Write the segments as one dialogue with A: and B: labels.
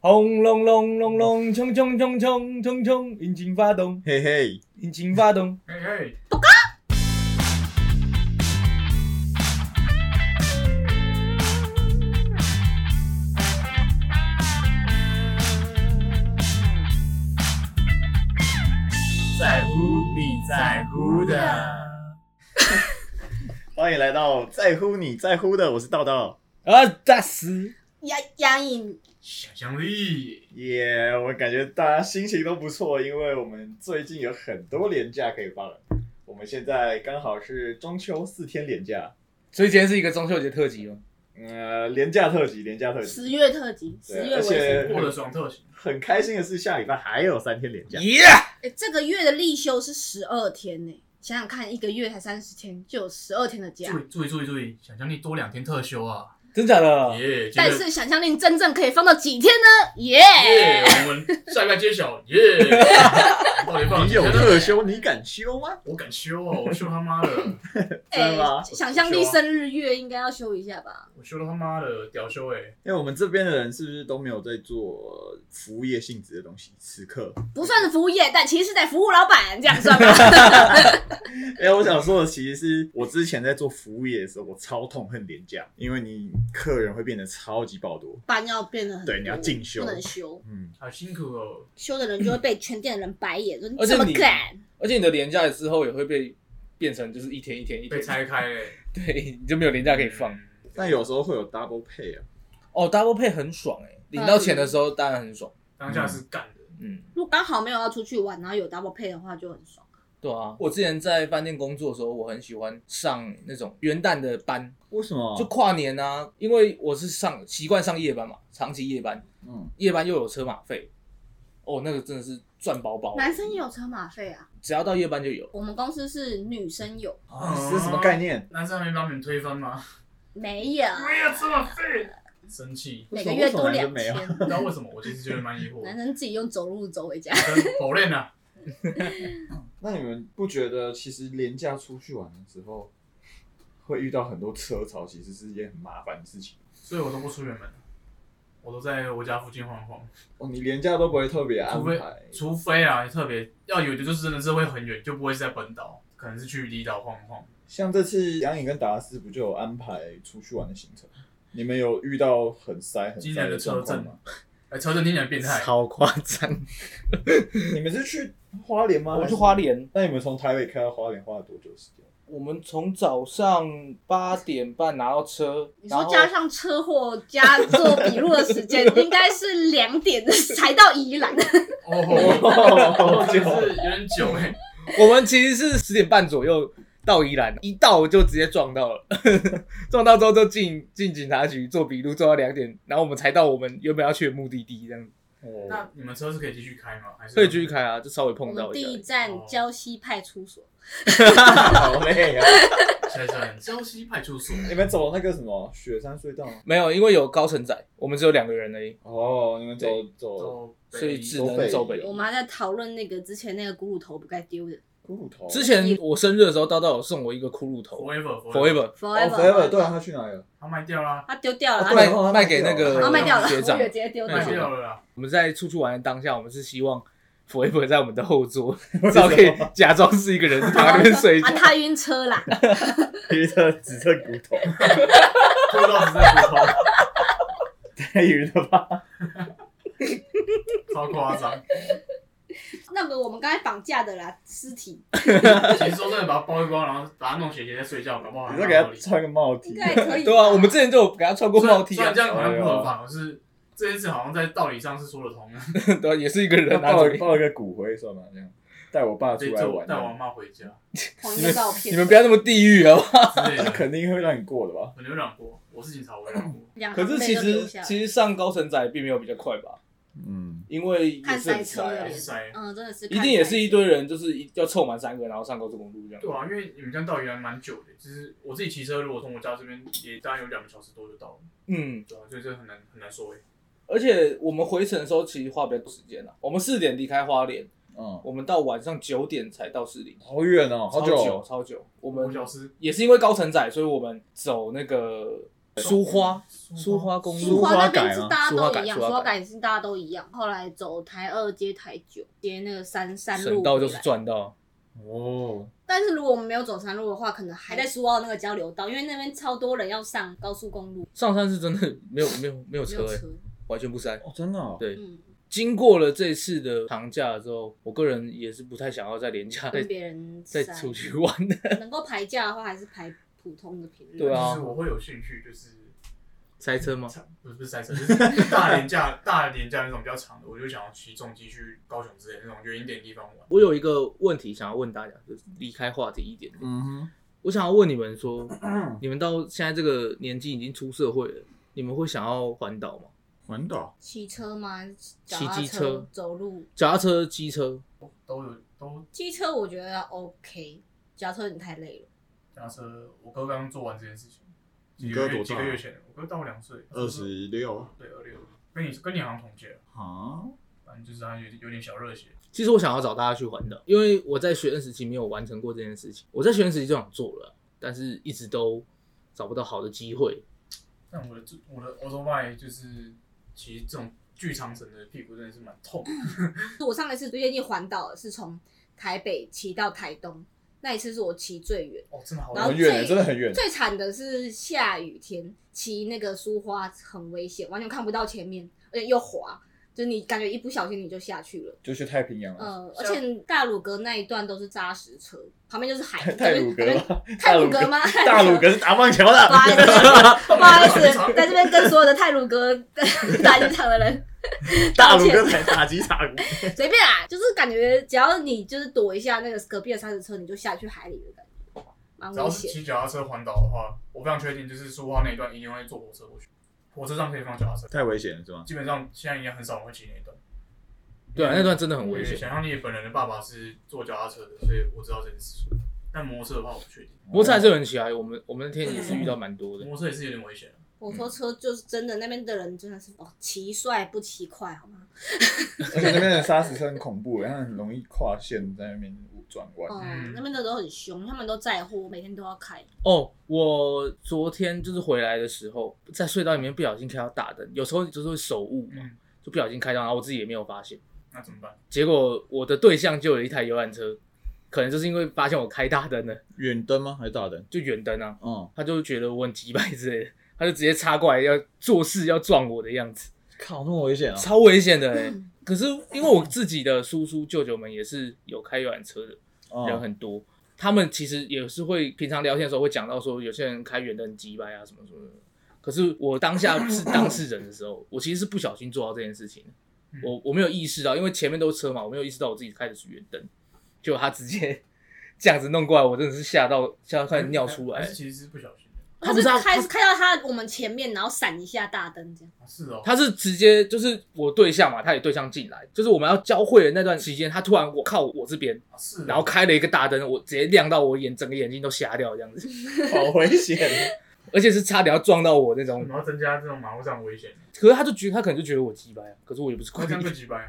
A: 轰隆隆隆隆，冲冲冲冲冲冲，引擎发动，
B: 嘿嘿，
A: 引擎发动。
C: 嘿嘿，在乎你在乎的。
B: 欢迎来到在乎你在乎的，我是道道。
A: 啊，大师，
D: 杨杨颖，
C: 想象力，
B: 耶、我感觉大家心情都不错，因为我们最近有很多连假可以放了。我们现在刚好是中秋四天连假，
A: 所以今天是一个中秋节特辑哦。
B: 呃，连假特辑，连假特辑。
D: 十月特辑，十
B: 对
D: 月
B: 而
D: 为
B: 且
D: 什么？
C: 我的爽特型，
B: 很开心的是，下礼拜还有三天连假。
A: 耶！
D: 哎、这个月的立休是十二天呢、想想看，一个月才三十天，就有十二天的假
C: 注。意注意注意注意，想象力多两天特休啊！
A: 真假的？
C: 耶，接着
D: 哦但是想象力真正可以放到几天呢？耶、哎
C: 耶，我们下一拜揭晓 耶！到底放
B: 你
C: 几天
B: 有
C: 呢
B: 特休，你敢休吗？
C: 我敢休哦，我休他妈的，
D: 哎
B: 真的吗
D: 想象力生日月应该要休一下吧？
C: 我休了他妈的屌休哎！
B: 因为我们这边的人是不是都没有在做服务业性质的东西？此刻，
D: 不算是服务业，但其实是在服务老板，这样 算吧？
B: 哎、我想说的其实是我之前在做服务业的时候，我超痛恨廉价，因为你客人会变得超级爆多。
D: 班要变得很
B: 对你要
D: 多
B: 进修
D: 不能休，
B: 嗯，
C: 好辛苦哦，
D: 休的人就会被全店的人白眼，说
A: 而
D: 你
A: 且
D: 怎么
A: 你
D: 敢？
A: 而且你的连假之后也会被变成就是一天一天一
C: 被
A: 天，
C: 拆开哎，
A: 对，你就没有连假可以放。
B: 但有时候会有 double pay 啊。
A: 哦，double pay 很爽哎、领到钱的时候当然很爽。
C: 当下是干的，
A: 嗯，
D: 如果刚好没有要出去玩，然后有 double pay 的话，就很爽。
A: 对啊，我之前在饭店工作的时候，我很喜欢上那种元旦的班，
B: 为什么？
A: 就跨年啊，因为我是上习惯上夜班嘛，长期夜班，
B: 嗯，
A: 夜班又有车马费，哦，那个真的是赚饱
B: 哦
A: 饱。
D: 男生也有车马费啊，
A: 只要到夜班就有，
D: 我们公司是女生有，
B: 啊，这是什么概念？
C: 男生还没把你们推翻吗？
D: 没有？
C: 没有这么废，生气。
D: 每个月多两
B: 为什么
D: 千
B: 为什么男生。
C: 你知道为什么？我其实觉得蛮疑 惑的
D: 男。生自己用走路走回家，
C: 跟否认啊，
B: 那你们不觉得其实廉价出去玩的时候，会遇到很多车潮，其实是一件很麻烦的事情？
C: 所以我都不出远门，我都在我家附近晃晃，
B: 哦，你廉价都不会特别安
C: 除非
B: 排，
C: 除非啊特别要有的就是真的是会很远，就不会是在本岛，可能是去离岛晃晃。
B: 像这次杨颖跟达斯不就有安排出去玩的行程？你们有遇到很塞很
C: 今
B: 塞
C: 年的
B: 状
C: 车
B: 况
C: 震
B: 吗？，
C: 哎，车震听起来变态，
A: 超夸张。
B: 你们是去花莲吗？
A: 我去花
B: 还是。
A: 莲，
B: 那你们从台北开到花莲花了多久时间？
A: 我们从早上八点半拿到车，
D: 你
A: 然
D: 说
A: 后
D: 加上车祸加做笔录的时间，应该是两点才到宜兰。
C: 哦吼，
B: 好
C: 真的哦是有点久哎、
A: 我们其实是十点半左右到宜兰，一到就直接撞到了， 撞到之后就进进警察局做笔录，做到两点，然后我们才到我们原本要去的目的地，这样子
D: 哦
C: 那你们车是可以继续开吗？还是
A: 可以继续？开啊，就稍微
D: 我
A: 碰
D: 们
A: 到
D: 第
A: 一哦下。
D: 一站礁溪派出所，
B: 好累啊！
C: 下一站江西派出所。
B: 你们走那个什么雪山隧道吗？
A: 没有，因为有高承载，我们只有两个人而已，
B: 哦，你们走走
C: 走北
A: 所以只
B: 走北
A: 能
B: 宜
A: 走北宜
D: 我。们还在讨论那个之前那个咕噜头不该丢的
A: 哦
B: 骨头。
A: 之前我生日的时候，叨叨有送我一个骷髅头
C: forever
A: ，forever。
B: 哦 forever，
D: forever，
B: 对啊，他去哪里了？
C: 他卖掉啦，
D: 他丢掉了，
B: 哦
D: 他
B: 对
A: 卖
D: 卖
B: 哦
A: 卖给那个
D: 他卖掉了，
A: 学
D: 我
A: 长
D: 以为。直接丢掉
C: 卖
A: 对
D: 了。
C: 掉了啦。
A: 我们在出去玩的当下，我们是希望 Forever 在我们的后 座，至少可以假装是一个人躺在那边睡觉
D: 啊，。 他晕车啦！
B: 鱼的只剩骨 头，
C: 不知道是在骨头，
B: 太鱼了吧？
C: 超夸张。
D: 那个我们刚才绑架的啦，尸体
C: 其实说真的，把它包一包，然后把它弄斜斜再睡觉，搞不好还
B: 你再
C: 蛮
B: 给
C: 合
B: 他
C: 理。
B: 穿个帽 T，
D: 应该也可以 吧。
A: 对啊，我们之前就有给他穿过帽 T
C: 虽
A: 啊
C: 然虽然，这样 可能不合法，可是这件事好像在道理上是说得通的。
A: 对啊，也是一个人啊。
B: 抱
A: 这里
B: 抱一个骨灰算吗？这样带我爸
C: 所以
B: 出来
C: 这我
B: 玩，
C: 带我妈回家
D: 同一个照片，
A: 你们不要那么地狱好不好？
C: 之类
B: 这
C: 的，
B: 肯定会让你过的吧？
C: 我有染过，我是警察，我有染过。
D: 两
A: 可
D: 行
A: 是
D: 泪
A: 其
D: 都流
A: 实
D: 下来
A: 其实上高层仔并没有比较快吧，
B: 嗯，
A: 因为也
D: 看
A: 是很
D: 塞车
A: 塞啊
D: 的
C: 也，是塞
D: 嗯，真的是
A: 一定也是一堆人，就是一要凑满三个，然后上高速公路这样。
C: 对啊，因为你们这样到宜兰蛮久的，就是我自己骑车，如果从我家这边也大概有两个小时多就到了，
A: 嗯，
C: 对啊，所以这很难很难说哎。
A: 而且我们回程的时候其实花比较多时间啊了，我们四点离开花莲，
B: 嗯，
A: 我们到晚上九点才到市里，
B: 好远哦，好
A: 超
B: 久
A: 久
B: 哦，
A: 超久。我
C: 五
A: 们
C: 小时
A: 也是因为高承载，所以我们走那个苏花苏花公路
D: 苏
B: 花
D: 那
B: 改
D: 边是
B: 吗
D: 大家
A: 苏花
D: 都
A: 改
D: 一样，
A: 苏花
D: 苏花
A: 改
D: 改是大家都一样。后来走台二接台九，接那个山山路
A: 省道就
D: 回
A: 是
D: 来
A: 赚到，
B: 哦，
D: 但是如果我们没有走山路的话，可能还在苏澳那个交流道，因为那边超多人要上高速公路，
A: 上山是真的没有没有没有
D: 没
A: 车
D: 有
A: 哎、
D: 车。
A: 完全不塞。
B: 哦真的哦，
A: 对，
D: 嗯，
A: 经过了这次的长假之后，我个人也是不太想要再廉价
D: 跟
A: 再
D: 别人
A: 再
D: 塞
A: 出去玩的，
D: 能够排价的话，还是排普通的频率。
A: 对啊
C: 就是我会有兴趣，就是
A: 塞车吗？
C: 不是不是塞车，就是大廉价大廉价那种比较长的，我就想要骑重机去高雄之类的那种远一点的地方玩。
A: 我有一个问题想要问大家，就是离开话题一点点，
B: 嗯
A: 我想要问你们说，
B: 哼，
A: 你们到现在这个年纪已经出社会了，你们会想要环岛吗？
B: 环岛
D: 骑车吗？脚
A: 骑
D: 踏
A: 机车
D: 走路、
A: 脚踏车、机车，
C: 都有都
D: 机车，我觉得 OK。脚踏车你太累了，
C: 假设我哥刚做完这件事情，
B: 你
C: 几
B: 哥
C: 个
B: 多
C: 月
B: 大
C: 几个月前，我哥大我两岁，
B: 二十六
C: 对二六，跟你跟你好像同届了，
B: 啊，
C: 反正就是他有有点小热血。
A: 其实我想要找大家去环岛，因为我在学生时期没有完成过这件事情。我在学生时期就想做了，但是一直都找不到好的机会。
C: 但我的这我的 auto bike 就是骑这种巨长程的屁股真的是蛮痛。
D: 我上一次最接近环岛的是从台北骑到台东，那一次是我骑最远。
C: 哦，真的好
D: 然后
B: 很
C: 累。
B: 远，欸
D: 最
B: 真的很远，
D: 最惨的是下雨天骑那个苏花很危险，完全看不到前面，而且又滑，就是你感觉一不小心你就下去了。
B: 就去太平洋了。
D: 呃，而
C: 像
D: 且大鲁阁那一段都是扎实车，旁边就是海。
B: 太鲁阁
D: 旁边
B: 吧，
D: 泰鲁阁吗？
B: 大鲁 阁是打棒球的
D: 不。好意思， 不好意思，在这边跟所有的泰鲁阁 打机场的人
B: 大
D: 道
B: 鲁
D: 歉
B: 哥才打几场，
D: 随便啊，就是感觉只要你就是躲一下那个隔壁的三轮车，你就下去海里的感觉，蛮
C: 只要
D: 危
C: 是
D: 险。
C: 骑脚踏车环岛的话，我非常确定就是苏花那一段一定会坐火车过去，火车上可以放脚踏车，
B: 太危险了是吗？
C: 基本上现在应该很少人会骑那一段。
A: 对啊，那段真的很危
C: 对
A: 险。
C: 想象力本人的爸爸是坐脚踏车的，所以我知道这件事情。但摩托车的话，我不确定，
A: 摩擦还是有人起啊来，我们我们那天也是遇到蛮多的。
C: 摩托车也是有点危险的。
D: 火车车就是真的，那边的人真的是哦，骑帅不骑快，好吗？
B: 而且那边的砂石车很恐怖，他很容易跨线在那边转弯。
D: 哦、
C: 嗯
D: 那边的都很凶，他们都在乎，每天都要开。
A: 哦，我昨天就是回来的时候，在隧道里面不小心开到大灯，有时候就是会手误嘛，
C: 嗯，
A: 就不小心开到，然后我自己也没有发现。
C: 那怎么办？
A: 结果我的对象就有一台游览车，可能就是因为发现我开大灯了，
B: 远灯吗？还是大灯？
A: 就远灯啊，
B: 嗯，
A: 他就觉得我很急败之类的，他就直接插过来要做事要撞我的样子，
B: 靠，那么危险啊！
A: 超危险的、欸
D: 嗯。
A: 可是因为我自己的叔叔舅舅们也是有开游览车的，人
B: 嗯，
A: 很多，他们其实也是会平常聊天的时候会讲到说有些人开远灯急败啊什么什么的。可是我当下是当事人的时候，我其实是不小心做到这件事情的，
C: 嗯
A: 我我没有意识到，因为前面都是车嘛，我没有意识到我自己开的是远灯，结果他直接 这样子弄过来，我真的是吓到吓到快点尿出来
C: 还。是其实是不小心的。
A: 他
D: 他
A: 不
D: 是
A: 是要
D: 开开到他我们前面，然后闪一下大灯这样。
C: 啊是哦，
A: 他是直接就是我对象嘛，他也对象进来，就是我们要交汇的那段期间，他突然我靠我这边，
C: 啊是哦，
A: 然后开了一个大灯，我直接亮到我眼，整个眼睛都瞎掉这样子，
B: 好危险！
A: 而且是差点要撞到我那种
C: 然。后增加这种马路上的危险，
A: 可是他就觉得他可能就觉得我鸡掰啊，可是我也不是故
C: 那
A: 意
C: 这样。更几百啊。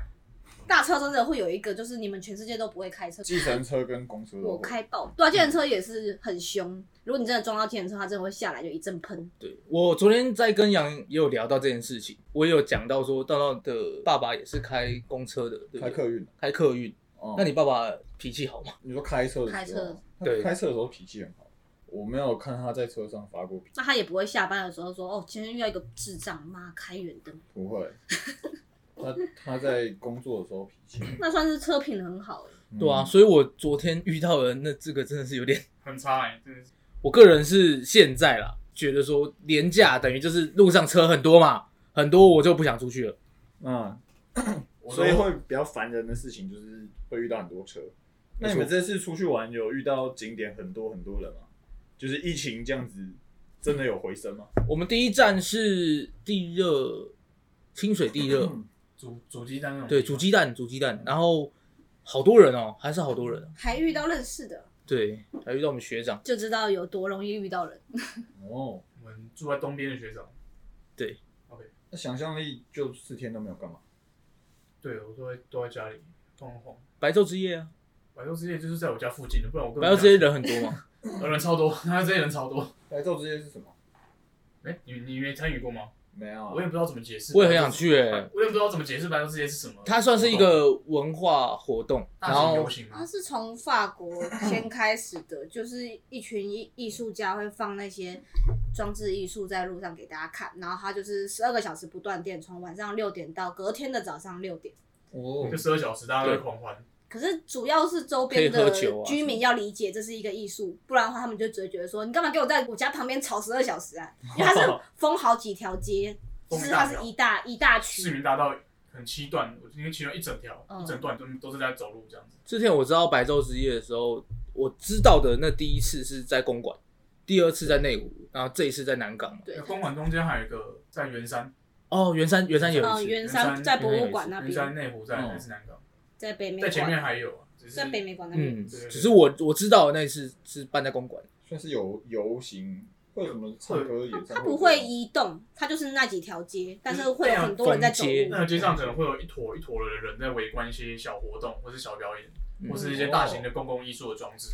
D: 大车真的会有一个，就是你们全世界都不会开 车，
B: 计程车跟公车
D: 我
B: 都
D: 开爆。对啊，计程车也是很凶，如果你真的撞到计程车，它真的会下来就一阵喷。
A: 对我昨天在跟杨也有聊到这件事情，我也有讲到说，道道的爸爸也是开公车的，对不对
B: 开客运。
A: 开客运。
B: 哦
A: 那你爸爸脾气好吗？
B: 你说开车的时候，
D: 开车
B: 他
A: 对
B: 开车的时候脾气很好。我没有看他在车上发过脾气，
D: 那他也不会下班的时候说：“哦，今天遇到一个智障，妈开远灯。
B: 不会。他他在工作的时候脾气，”
D: 那算是车品很好、欸。
B: 嗯
A: 对啊，，所以我昨天遇到的那这个真的是有点
C: 很差哎、真的是。
A: 我个人是现在啦，觉得说廉价等于就是路上车很多嘛，很多我就不想出去了。
B: 嗯，
C: 我
B: 所以
C: 都
B: 会比较烦人的事情就是会遇到很多车。那你们这次出去玩有遇到景点很多很多人吗？就是疫情这样子，真的有回升吗？
A: 我们第一站是地热，清水地 热，
C: 煮煮鸡蛋那种，
A: 对，煮鸡蛋，煮鸡蛋，然后好多人哦，还是好多人哦，
D: 还遇到认识的，
A: 对，还遇到我们学长，
D: 就知道有多容易遇到人。
B: 哦，
C: 我们住在东边的学长，
B: 那想象力就四天都没有干嘛？
C: 对我都在都在家里晃晃。
A: 白昼之夜啊，
C: 白昼之夜就是在我家附近的，不然我根
A: 白
C: 本
A: 昼
C: 不
A: 之夜
C: 想
A: 人很多嘛，
C: 呃人超多，他这些人超多，
B: 白昼之夜是什么？
C: 哎，你你没参与过吗？
B: 没有
C: 我也
B: 啊，
C: 不知道怎么解释。
A: 我也很想去哎、
C: 我也不知道怎么解释白昼之夜是什么。
A: 它算是一个文化活动，
C: 大
A: 然
C: 型
A: 后
C: 游行
D: 它
C: 吗？
D: 是从 法国先开始的，就是一群艺艺术家会放那些装置艺术在路上给大家看，然后它就是十二个小时不断电，从晚上六点到隔天的早上六点。
A: 哦
C: 就十二小时，大家都会狂欢。
D: 可是主要是周边
A: 可以喝
D: 的
A: 酒啊
D: 居民要理解这是一个艺术，不然的话他们就只会觉得说你干嘛给我在我家旁边吵十二小时啊？因为 它是封好几条街，就
C: 封
D: 是
C: 一大
D: 它
C: 条
D: 是一大一大
C: 市
D: 区。
C: 民大道可能七段，我因为七段一整条、
D: 嗯
C: 一整段都都是在走路这样子。
A: 之前我知道白昼之夜的时候，我知道的那第一次是在公馆，第二次在内湖，然后这一次在南港嘛。
D: 对
C: 那，公馆中间还有一个在圆山，
A: 哦，圆山圆山有一
D: 嗯，
A: 次，
D: 圆山在博物馆那
C: 圆山
D: 边，
C: 内湖在
A: 嗯
C: 还是南港，
D: 在北美
C: 在前
D: 馆，
C: 面还有啊，只是
D: 在北美馆那边。
A: 嗯，
C: 对对对
A: 只是我我知道的那一次是办在公馆，
B: 算是游游行，会有什么唱歌演唱
D: 它不会移动，它就是那几条街，但是会有很多人在走
A: 嗯
D: 路
C: 那。个啊街上可能会有一坨一坨的人在围观一些小活动或是小表演，
A: 嗯
C: 或是一些大型的公共艺术的装置。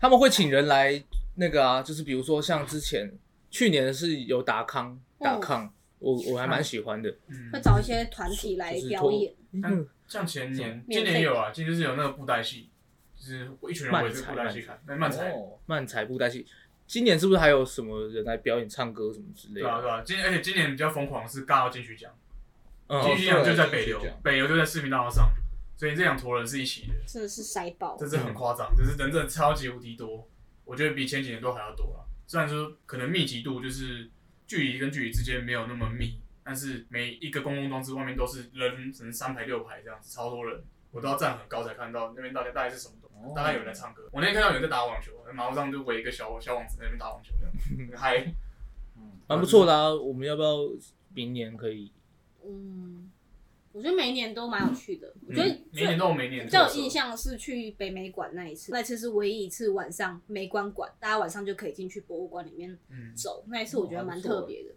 A: 他们会请人来那个啊，就是比如说像之前去年是有达康达康，我我还蛮喜欢的，
C: 嗯
D: 会，找一些团体来表演，
A: 嗯，
C: 像前年、
D: 免
C: 今
D: 费
C: 年也有啊，今年就是有那个布袋戏，就是一群人围着布袋戏看，那漫才。
B: 哦，
A: 漫才布袋戏。今年是不是还有什么人来表演唱歌什么之类
C: 对啊，
A: 的？
C: 对啊，今而且今年比较疯狂的是尬到金曲奖，金
A: 嗯，
C: 曲奖就在北
B: 哦对金
C: 流
B: 曲奖，
C: 北流就在市民大道上，所以这两坨人是一起的，
D: 真的是塞爆
C: 这。是很夸张，就是人真的超级无敌多，我觉得比前几年都还要多了。虽然说可能密集度就是距离跟距离之间没有那么密，但是每一个公共装置外面都是人，只能三排六排这样子，超多人，我都要站很高才看到那边到底大概是什么东
B: 哦
C: 西，大概有人在唱歌。我那天看到有人在打网球，马路上就围一个小小网子在那边打网球这样，很嗨。
B: 嗯
A: 蛮不错的啊。我们要不要明年可以？
D: 嗯，我觉得每一年都蛮有趣的。我觉得
C: 嗯每年
D: 最
C: 都有每年的
D: 比较
C: 特
D: 有
C: 色
D: 印象是去北美馆那一次，那一次是唯一一次晚上没关馆，大家晚上就可以进去博物馆里面
C: 嗯，
D: 走。那一次我觉得蛮特别的，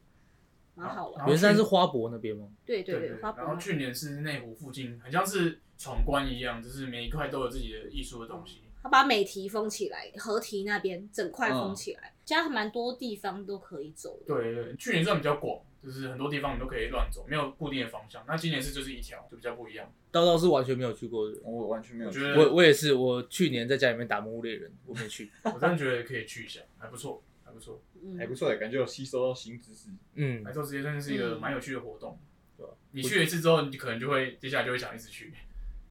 D: 蛮好
C: 然
D: 玩。
C: 后
A: 圆山
C: 去
A: 是花博那边吗？
D: 对对
C: 对
D: 对，花
C: 然后
D: 博
C: 去年是内湖附近，很像是闯关一样，就是每一块都有自己的艺术的东西。
D: 他把美提封起来，合提那边整块
C: 嗯
D: 封起来，现在还蛮多地方都可以走的。
C: 对对，去年算比较广，就是很多地方你都可以乱走，没有固定的方向。那今年是就是一条，就比较不一样。
A: 刀刀是完全没有去过的。
B: 我完全没有去
C: 我觉得
A: 我我也是，我去年在家里面打《魔物猎人》，我没去。
C: 我真的觉得可以去一下，还不错，还不错。
D: 嗯
B: 还，不错耶，欸感觉有吸收到新知识。
A: 嗯
C: 白，昼之夜算是一个蛮有趣的活动，
A: 对吧
C: 你去了一次之后，你可能就会接下来就会想一直去。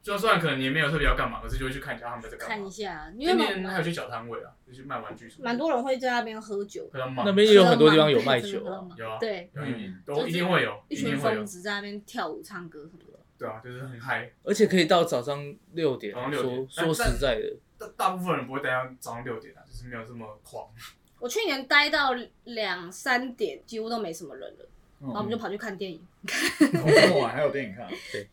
C: 就算可能你没有特别要干嘛，可是就会去看一下他们在干
D: 看一
C: 嘛。
D: 下，因为
C: 今年还有
D: 蛮
C: 些小摊位啊，就是卖玩具什么的，
D: 蛮多人会在那边喝酒，
C: 可能忙
A: 那边也有很多地方有卖酒
D: 真的喝
A: 啊。
D: 吗
C: 有啊，
D: 对，嗯
C: 有一定
D: 就
C: 都
D: 是
C: 一定会有，
D: 一
C: 一
D: 群
C: 定会
D: 疯
C: 有，
D: 子在那边跳舞、唱歌什么的。
C: 对啊，就是很嗨。
A: 而且可以到早上六点
C: 早上。六
A: 说
C: 点
A: 说实在的，
C: 大大部分人不会待到早上六点啊，就是没有这么狂。
D: 我去年待到两三点，几乎都没什么人
A: 哦
D: 了，
B: 嗯
D: 然后我们就跑去看电影，
B: 哦这么晚还有电影看，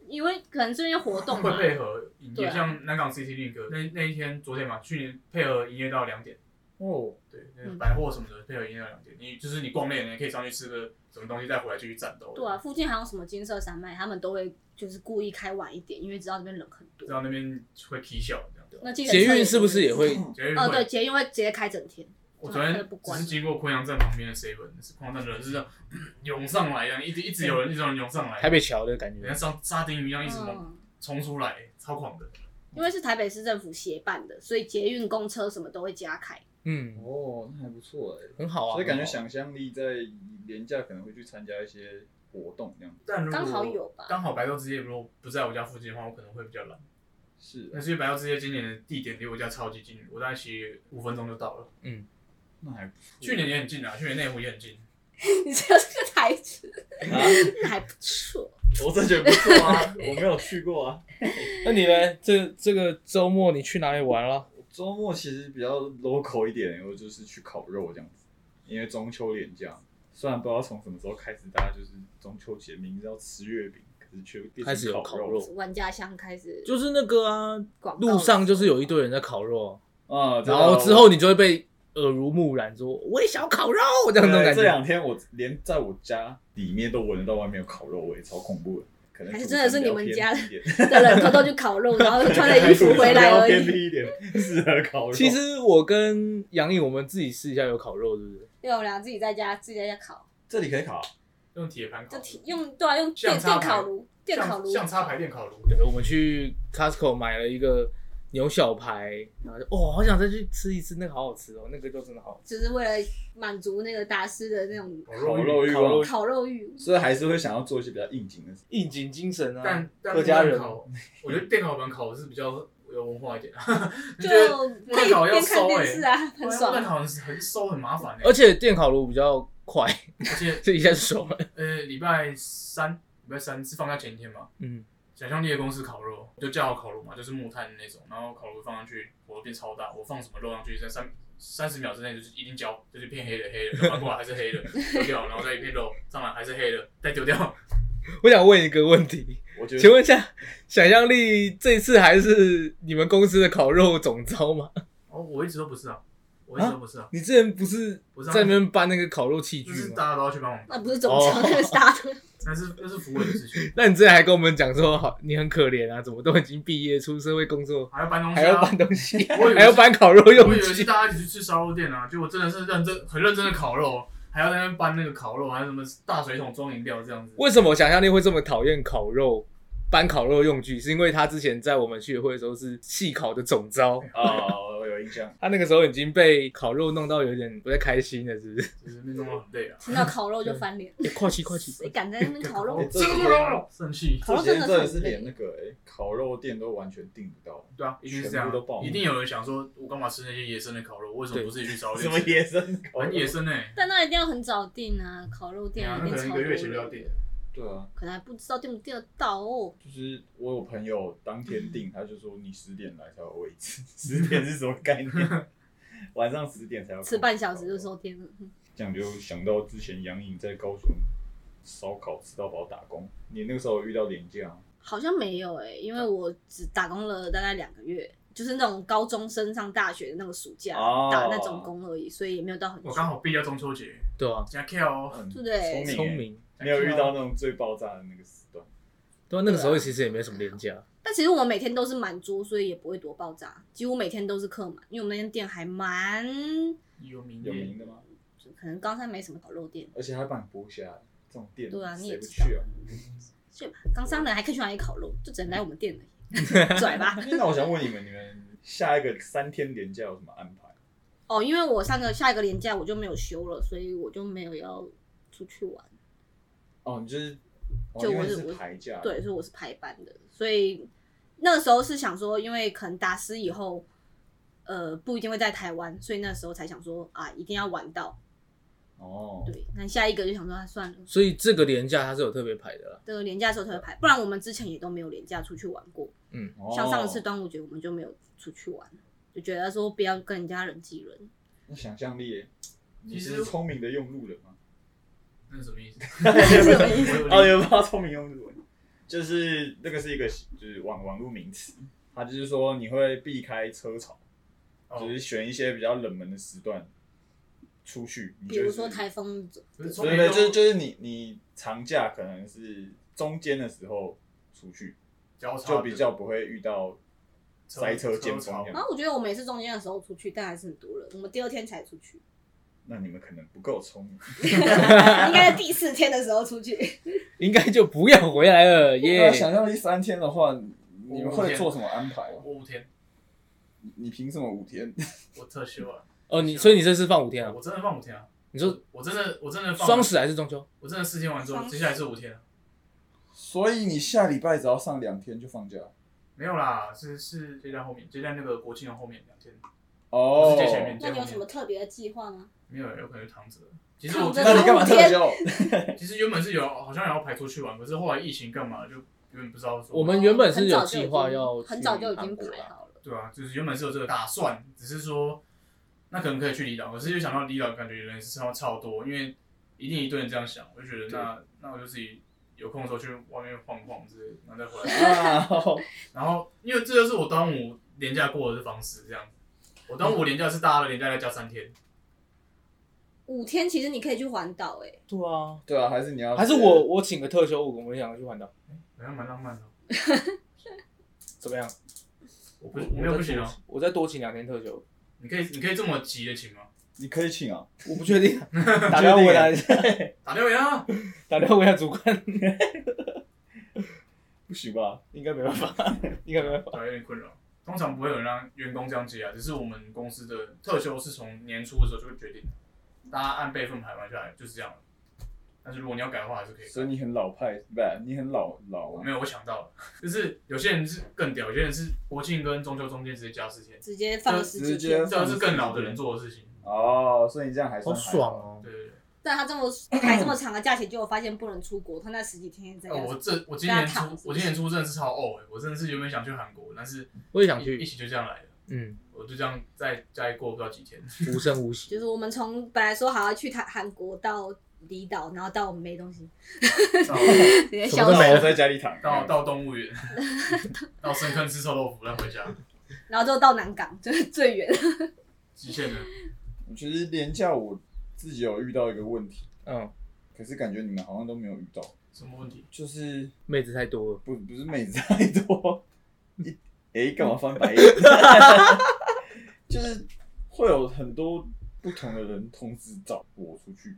D: 因为可能是因为活动
C: 会
D: 嘛。
C: 配合营
D: 对
C: 业，
D: 啊
C: 像南港 CT Link 那那一天，昨天嘛，去年配合营业到两点，
B: 哦，
C: 对，那个
D: 嗯
C: 百货什么的配合营业到两点。你就是你逛累了，你可以上去吃个什么东西，再回来继续战斗。
D: 对啊，，附近还有什么金色山脉，他们都会就是故意开晚一点，因为知道这边人很
C: 知
D: 多。
C: 道那边会踢笑这样。
D: 那计程车
A: 捷运是不是也会？
B: 嗯
C: 捷运
D: 哦，对，
C: 会，
D: 捷运会直接开整天。
C: 我昨
D: 他
C: 天
D: 不
C: 只
D: 管
C: 是经过昆阳站旁边的 seven，是昆阳站的人是这样嗯涌上来，这样一 直一直有人，一直有人涌上来，
A: 台北桥的感
C: 人家
A: 觉。
C: 像沙丁鱼一样一直猛
D: 嗯，
C: 冲出来，超狂的。
D: 因为是台北市政府协办的，所以捷运、公车什么都会加开。
A: 嗯，
B: 哦，那还不错哎，
A: 很好啊。
B: 所以感
A: 很
B: 觉
A: 好啊
B: 想象力在廉价可能会去参加一些活动这样。
C: 但如果
D: 刚好有吧
C: 刚好白昼之夜如果不在我家附近的话，我可能会比较懒。
B: 是
A: 嗯
C: 但
B: 啊，
C: 是因为白昼之夜今年的地点离我家超级近，我大概骑五分钟就到了。
B: 哎那还不错。
C: 去年也很近啊，去年内湖也很近。
D: 你这个台词
B: 啊，
D: 还不错。
B: 我真觉得不错 啊，我没有去过啊。
A: 那你呢？这这个周末你去哪里玩了？
B: 周末其实比较 local 一点，我就是去烤肉这样子，因为中秋连假，虽然不知道从什么时候开始，大家就是中秋节明知道吃月饼，可是却变
A: 开始有
B: 成
A: 烤
B: 烤
A: 肉
D: 玩家乡开始
A: 就是那个啊，
D: 广告
A: 路上就是有一 堆人在烤肉，
B: 啊、
A: 然后之后你就会被耳濡目染，说我也想要烤肉啊这样那种
B: 对
A: 感
B: 这
A: 觉。
B: 两天我连在我家里面都闻得到外面有烤肉味，超恐怖的。可能
D: 还是真的是你们家
B: 主题比较偏僻一点
D: 的人偷偷去 烤肉，然后穿着衣服回来而
B: 偏
D: 已。
B: 僻一点，适合烤肉。
A: 其实我跟杨颖我们自己试一下有烤肉，是不是？
D: 因为我们俩自己在家自己在家烤，
B: 这里可以烤，
C: 用铁盘烤
D: 就
C: 的，
D: 提用对啊，用
C: 像
D: 电
C: 插
D: 电
C: 排
D: 烤炉，电烤炉，
C: 像像插排电烤炉，
A: 对，我们去 Costco 买了一个牛小排，然后就哦，好想再去吃一次，那个好好吃哦，那个就真的好好吃。
D: 就是为了满足那个大师的那种
B: 烤
C: 肉
B: 肉
C: 欲
B: 欲
A: 烤肉
B: 望，
D: 烤肉欲。
B: 所以还是会想要做一些比较应景的事。
A: 应景精神啊，
C: 但但
A: 客家
C: 木炭
A: 人
C: 烤，我觉得电烤板烤的是比较有文化一 点，
D: 就
C: 觉得
D: 可以
C: 烤要
D: 边
C: 收
D: 看
C: 欸
D: 电视啊，很
C: 木炭
D: 爽。
C: 烤很很馊很麻烦的，欸
A: 而且电烤炉比较快，
C: 而且
A: 这一下就熟了。
C: 呃礼拜三礼拜三是放假前一天嘛，
A: 嗯，
C: 小兄弟的公司烤肉，就架好烤炉嘛，就是木炭的那种，然后烤炉放上去，火变超大，我放什么肉上去，在三三十秒之内就是一定焦，就是变黑的黑的，翻过来还是黑的， 丢掉，然后再一片肉上来还是黑的，再丢掉。
A: 我想问一个问 题，
B: 我觉
A: 请
B: 得
A: 问一下，想象力这次还是你们公司的烤肉总招吗？
C: 哦，我一直都不是啊，我一直都不是啊，
A: 你之前不是
C: 不是啊
A: 在那边搬那个烤肉器具
C: 就是
A: 吗？
C: 大家都要去帮忙，
D: 那不是总长，那个是大的。
C: 那是那是服委的事情，
A: 那你之前还跟我们讲说，好，你很可怜啊，怎么都已经毕业出社会工作，
C: 还要搬东西
A: 还要
C: 啊。
A: 搬东 西，
C: 我以为是
A: 还要搬烤肉
C: 我
A: 用
C: 以为是
A: 具。
C: 大家一起去吃烧肉店啊，结果真的是认真很认真的烤肉，哦还要在那边搬那个烤肉，还有什么大水桶装饮料这样子。
A: 为什么想象力会这么讨厌烤肉？搬烤肉用具是因为他之前在我们学会的时候是系烤的总招，
B: 哦，我有印 象，
A: 他那个时候已经被烤肉弄到有点不太开心了，是不是？
C: 就是那弄得很累啊，
D: 听到烤肉就翻脸，
A: 欸快去快去！
D: 谁敢在那边烤肉
B: 哎？
C: 吃哦不了，生气。
D: 烤
B: 这
D: 肉
B: 几天
D: 真
B: 真
D: 的
B: 的
D: 是
B: 是
D: 很
B: 连
D: 累
B: 那个
D: 欸
B: 哎烤肉店都完全订不到，
C: 对啊，一定是这样
B: 全部都爆
C: 啊，
B: 满
C: 一定有人想说，我干嘛吃那些野生的烤肉？为什么不自己去 烧？
B: 什么野生哦烤
C: 很
B: 肉？
C: 野生呢？欸
D: 但那一定要很早订啊，烤肉
C: 对
D: 店
C: 啊，
D: 一
C: 那
D: 定
C: 可能一
D: 超
C: 个
D: 多
C: 月前就
D: 人
C: 要点。
B: 对啊，
D: 可能还不知道订不订得到哦。
B: 就是我有朋友当天订，他就说你十点来才有位置， 十点是什么概念？晚上十点才有空
D: 吃半小时就收天了，嗯
B: 这样就想到之前杨颖在高雄烧烤吃到饱打工，你那个时候有遇到廉价，
D: 好像没有哎、因为我只打工了大概两个月，就是那种高中升上大学的那个暑假、
B: 哦
D: 打那种工而已，所以也没有到很久
C: 我刚好避掉中秋节，
A: 对啊，
C: 加 K 哦，
B: 很
D: 对不对
B: 明
A: 聪
B: 聪，
A: 明。
B: 没有遇到那种最爆炸的那个时段。
A: 对啊，那个时候其实也没什么廉价，
D: 但其实我每天都是满桌，所以也不会多爆炸，几乎每天都是客满，因为我们那间店还蛮，
C: 有名
D: 嗯
B: 有名
C: 耶，
B: 的吗？
D: 可能冈山没什么烤肉店，
B: 而且还帮你剥虾，这种店
D: 对啊你也
B: 谁不
D: 知道
B: 去啊？
D: 所以吧冈山人还可以去哪里烤肉，就只能来我们店了， 拽吧。
B: 哎那我想问你们，你们下一个三天连假有什么安排？
D: 哦，因为我上个下一个年假我就没有休了，所以我就没有要出去玩。
B: 哦，你就是哦
D: 就
B: 因为
D: 我是
B: 是
D: 我
B: 排假，
D: 对，所以我是排班的，所以那个时候是想说，因为可能达斯以后，呃，不一定会在台湾，所以那时候才想说啊，一定要玩到。
B: 哦，
D: 对，那下一个就想说，啊、算了，
A: 所以这个廉价它是有特别排的啦。
D: 这个廉价的时候才会排，不然我们之前也都没有廉价出去玩过。
B: 哦
D: 像上次端午节，我们就没有出去玩，就觉得说不要跟人家人挤人。
B: 那想象力耶，你
C: 其实
B: 是聪明的用路人吗？
C: 那是什 么意思？
B: 哦，有不知道聪明用路人，就是那个是一个就是网网络名词，它就是说你会避开车潮，
C: 哦
B: 就是选一些比较冷门的时段出去。你
D: 比如
B: 就是
D: 说台风，
C: 不是聪
B: 对
C: 明
B: 对，
C: 哦都
B: 就是就是你你长假可能是中间的时候出去，
C: 交叉的
B: 就比较不会遇到塞哦车尖峰这
D: 然
B: 样。
D: 后我觉得我每次中间的时候出去，但还是很多人，我们第二天才出 去，
B: 那你们可能不够聪明。
D: 应该是第四天的时候出 去。
A: 应该就不要回来了耶。
B: 象力三天的话，
C: 你们会做
B: 什么安排
C: 我五天，
B: 你凭什么五天？
C: 我特休啊，
A: 哦，你所以你这次放五天啊？
C: 我真的放五天啊，
A: 你说
C: 我真的我真的放
A: 双，十还是中秋？
C: 我真的四天完之后，接下来是五天啊，
B: 所以你下礼拜只要上两天就放假。
C: 没有啦，是是接在后面，接在那个国庆的后面两天，
B: 哦
C: 不是接前面
D: 那你有什么特别的计划吗？
C: 没有有可能就躺着了。其实我
D: 躺着
C: 真
D: 那
C: 的
D: 你干嘛特休？
C: 其实原本是有，好像也要排出去玩，可是后来疫情干嘛就有点不知道说。
A: 我们原本是有计划要
D: 很早就已
A: 去韩
D: 经
A: 国
D: 排
A: 啦
D: 好了。
C: 对啊，就是原本是有这个打算，只是说那可能可以去离岛，可是又想到离岛感觉人是超超多，因为一定一堆人这样想，我就觉得那那我就自己有空的时候去外面晃晃之类的，然后再回来。
B: 啊，
C: 然后因为这就是我端午连假过的方式，这样。我端午连假是大家的连假再加三天，
D: 五天其实你可以去环岛欸诶，
A: 对啊，
B: 对啊，还是你要
A: 还是我我请个特休，我们想去环岛，
C: 好像蛮浪漫的。哦
A: 怎么样？
C: 我不我没有不行哦，
A: 我再多请两天特休。
C: 你可以你可以这么急的请吗？
B: 你可以请啊，
A: 我不确定啊， 打电话回答一下，
C: 打电话给他，
A: 打电话回答主管，
B: 不行吧？
A: 应该没办法，应该没办法。
C: 对，有点困扰。通常不会有人让员工这样接啊，只是我们公司的特休是从年初的时候就会决定的，大家按辈分排完下来就是这样。但是如果你要改的话，还是可以改。
B: 所以你很老派，不是，你很老老啊
C: 没。有，我想到了， 就是有些人是更屌，有些人是国庆跟中秋中间直接加四天，
D: 直接放十几
B: 直接
D: 天。
C: 这是更老的人做的事情。
B: 哦，所以你这样还
E: 好
B: 算还
E: 爽。哦！
C: 对对对。
D: 但他这么排这么长的假期，结果发现不能出国，他那十几天在家
C: 哦，我这我今
D: 啊大
C: 年
D: 家躺着
C: 初我今年初真的是超呕哎、我真的是原本想去韩国，但是
A: 我也想
C: 一一
A: 去，
C: 起就这样来了，
A: 嗯，
C: 我就这样在家里过不到几 天，
A: 无声无息。
D: 就是我们从本来说好要去韩韩国到离岛，然后到我们没东西，
C: 到
D: 直
B: 哎
D: 接
E: 什么
D: 消
E: 都
D: 失
E: 没，
B: 我在家里躺。
C: 到到动物园， 到深坑吃臭豆腐再回家，
D: 然后就到南港，就是最远。
C: 极限了。
B: 我其实廉价我自己有遇到一个问题，
A: 嗯，
B: 可是感觉你们好像都没有遇到，
C: 什么问题？
B: 就是
A: 妹子太多了，
B: 不不是妹子太多，一哎干、嘛翻白眼？ 就是会有很多不同的人通知找我出去，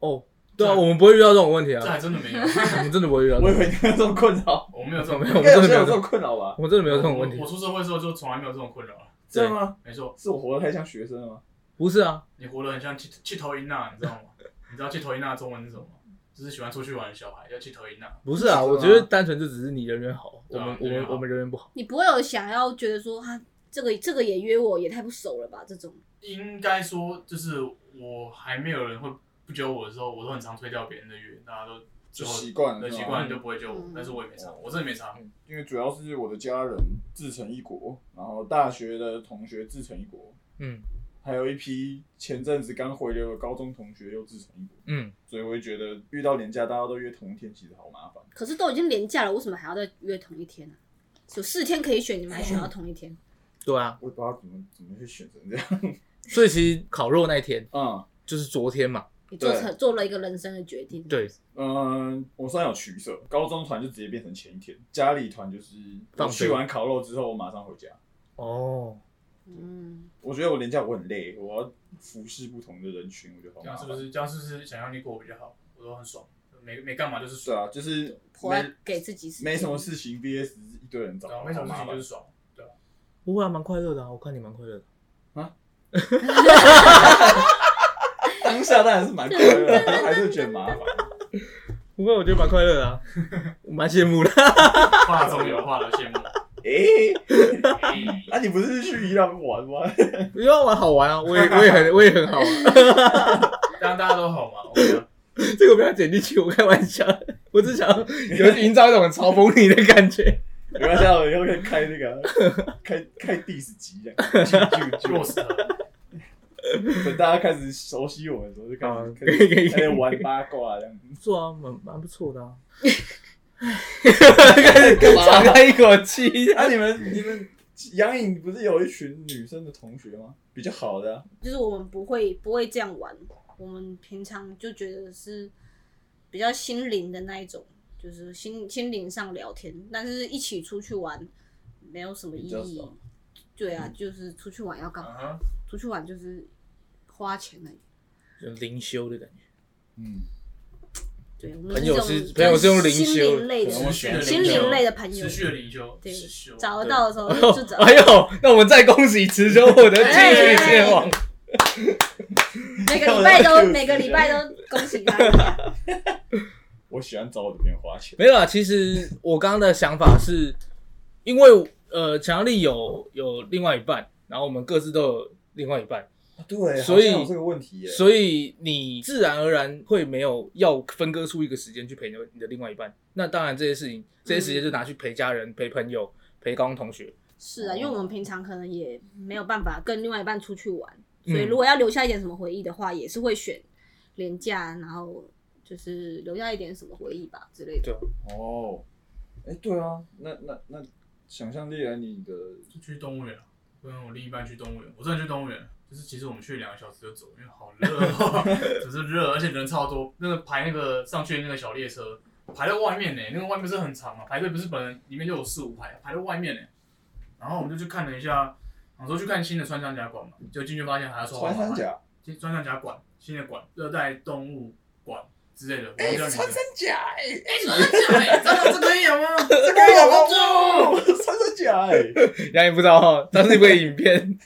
A: 哦，对啊，我们不会遇到这种问题
C: 这
A: 啊，
C: 还真的没有，
A: 我们真的不会遇到
B: 我
A: 这
B: 以
A: 种，
B: 为你有这种困扰，
C: 我没有这种
A: 没
C: 困
A: 有我们真的没
B: 应
C: 扰，
B: 该
A: 有
B: 有
A: 这
B: 这
A: 种
B: 种困扰吧？
A: 我们真的没有这种问题
C: 我。我出社会之后就从来没有这种困扰了。啊
B: 真的吗？
C: 没错，
B: 是我活得太像学生了吗？
A: 不是啊，
C: 你活得很像气气头音娜，你知道吗？你知道气头音娜的中文是什么吗？就是喜欢出去玩的小孩叫气头音娜。
A: 不是啊，
B: 是吗
A: 我觉得单纯就只是你人缘好，我
C: 对啊
A: 们我们
C: 人缘好
A: 我们人缘不好。
D: 你不会有想要觉得说，哈，这个这个也约我，也太不熟了吧？这种
C: 应该说，就是我还没有人会不揪我的时候，我都很常推掉别人的约，大家都
B: 就
C: 最后
B: 习惯了，
C: 对
B: 是
C: 习
B: 吗
C: 惯了就不会揪我
D: 嗯，
C: 但是我也没差，我真的没差。
B: 因为主要是我的家人自成一国，然后大学的同学自成一国，
A: 嗯
B: 还有一批前阵子刚回流的高中同学又自成一国，
A: 嗯，
B: 所以我会觉得遇到廉价大家都约同一天，其实好麻烦。
D: 可是都已经连假了，为什么还要再约同一天呢、啊有四天可以选，你们还选
B: 哎
D: 到同一天？
A: 对啊，
B: 我也不知道怎么怎么去选成这样。
A: 所以其实烤肉那一天
B: 嗯
A: 就是昨天嘛，
D: 你做
B: 对
D: 成做了一个人生的决定。
A: 对，
B: 嗯，我算有取舍，高中团就直接变成前一天，家里团就是
A: 放
B: 我
A: 飞
B: 去完烤肉之后我马上回家。
A: 哦，
D: 嗯，
B: 我觉得我廉价我很累，我要服侍不同的人群，我觉得好
C: 这
B: 麻
C: 样是
B: 烦。
C: 不是？这样是不是想要你过比较好？我都很爽，没没干嘛就是
B: 对
C: 爽，
B: 啊，就是
D: 活
B: 没
D: 在给自己时间
B: 没什么事情，VS 一堆人找
C: 对啊，
B: 我，
C: 没什
B: 好
C: 么事
B: 麻
C: 情就
B: 烦
C: 是爽。
A: 不会啊，蛮快乐的啊，我看你蛮快乐的。
B: 当下当然是蛮快乐的，还是觉得麻烦。
A: 不会，我觉得蛮快乐的啊， 我蛮羡 慕的。
C: 话中有话的羡慕。
B: 诶，
C: 哎
B: 那、你不是去伊朗玩吗？
A: 因为玩好玩啊，我也我也很我也很好玩。
C: 这样大家都好嘛？OK 啊。
A: 这个不要剪进去，我开玩笑，我只想有营造一种嘲讽你的感觉。
B: 没关系啊，我以后可以开那个啊开开 diss 集这样，
C: 弱死了，
B: 等大家开始熟悉我的时候，就
A: 啊
B: 开
A: 可以
B: 始
A: 可以
B: 开始开始玩八卦这样。
A: 不错啊，蛮蛮不错的 啊。开始 长叹一口气，
B: 啊，你们你们杨颖不是有一群女生的同学吗？比较好的、啊，
D: 就是我们不会不会这样玩，我们平常就觉得是比较心灵的那一种，就是心心灵上聊天，但是一起出去玩没有什么意
B: 比较
D: 义
B: 少。
D: 对
A: 嗯
D: 啊，就是出去玩要干嘛？
A: 啊
C: 嗯
D: 出去玩就是花钱而已。
A: 有灵修的感觉。
B: 嗯，
D: 对，我们
A: 朋友
D: 这
A: 是
D: 种
A: 朋友是用灵修
D: 心灵类
B: 可
D: 的
B: 能会选
C: 择
D: 心灵类的朋友
C: 持，续的灵修，
D: 对
C: 持续哦
D: 找得到的时哎候就找。
A: 哎呦，那我们再恭喜池修获得金曲之王。
D: 每个礼拜都每个礼拜都恭喜他一下。
B: 我喜欢找我的朋友花钱。
A: 没有啊，其实我刚刚的想法是，因为呃，强力有有另外一半，然后我们各自都有另外一半，
B: 对
A: 所以
B: 好像有这个问题耶，
A: 所以你自然而然会没有要分割出一个时间去陪你的另外一半。那当然这些事情，这些时间就拿去陪家人、陪朋友、陪高中同学。
D: 是啊，因为我们平常可能也没有办法跟另外一半出去玩，
A: 嗯
D: 所以如果要留下一点什么回忆的话，也是会选廉价，然后就是留下一点什么回忆吧之类的。
B: 哦，哎、对啊，那那那想象力啊，你的
C: 就去动物园了，我跟我另一半去动物园，我真的去动物园了。就是其实我们去两个小时就走，因为好热、 哦，只是热，而且人超多。那个排那个上去的那个小列车，排在外面呢、那个外面啊是很长啊，排队不是本来里面就有四五排，排在外面呢、然后我们就去看了一下我说去看新的穿山甲馆嘛，就进去发现还要收
B: 穿山甲，
C: 新穿山甲馆、新的馆、热带动物馆之类的，我
B: 哎、
C: 不知道
B: 穿
C: 你们
B: 山甲、哎，
C: 穿山甲，真的这可以有吗？
B: 这个有帮助，穿山甲、哎，
A: 杨也不知道哈，当时有个影片，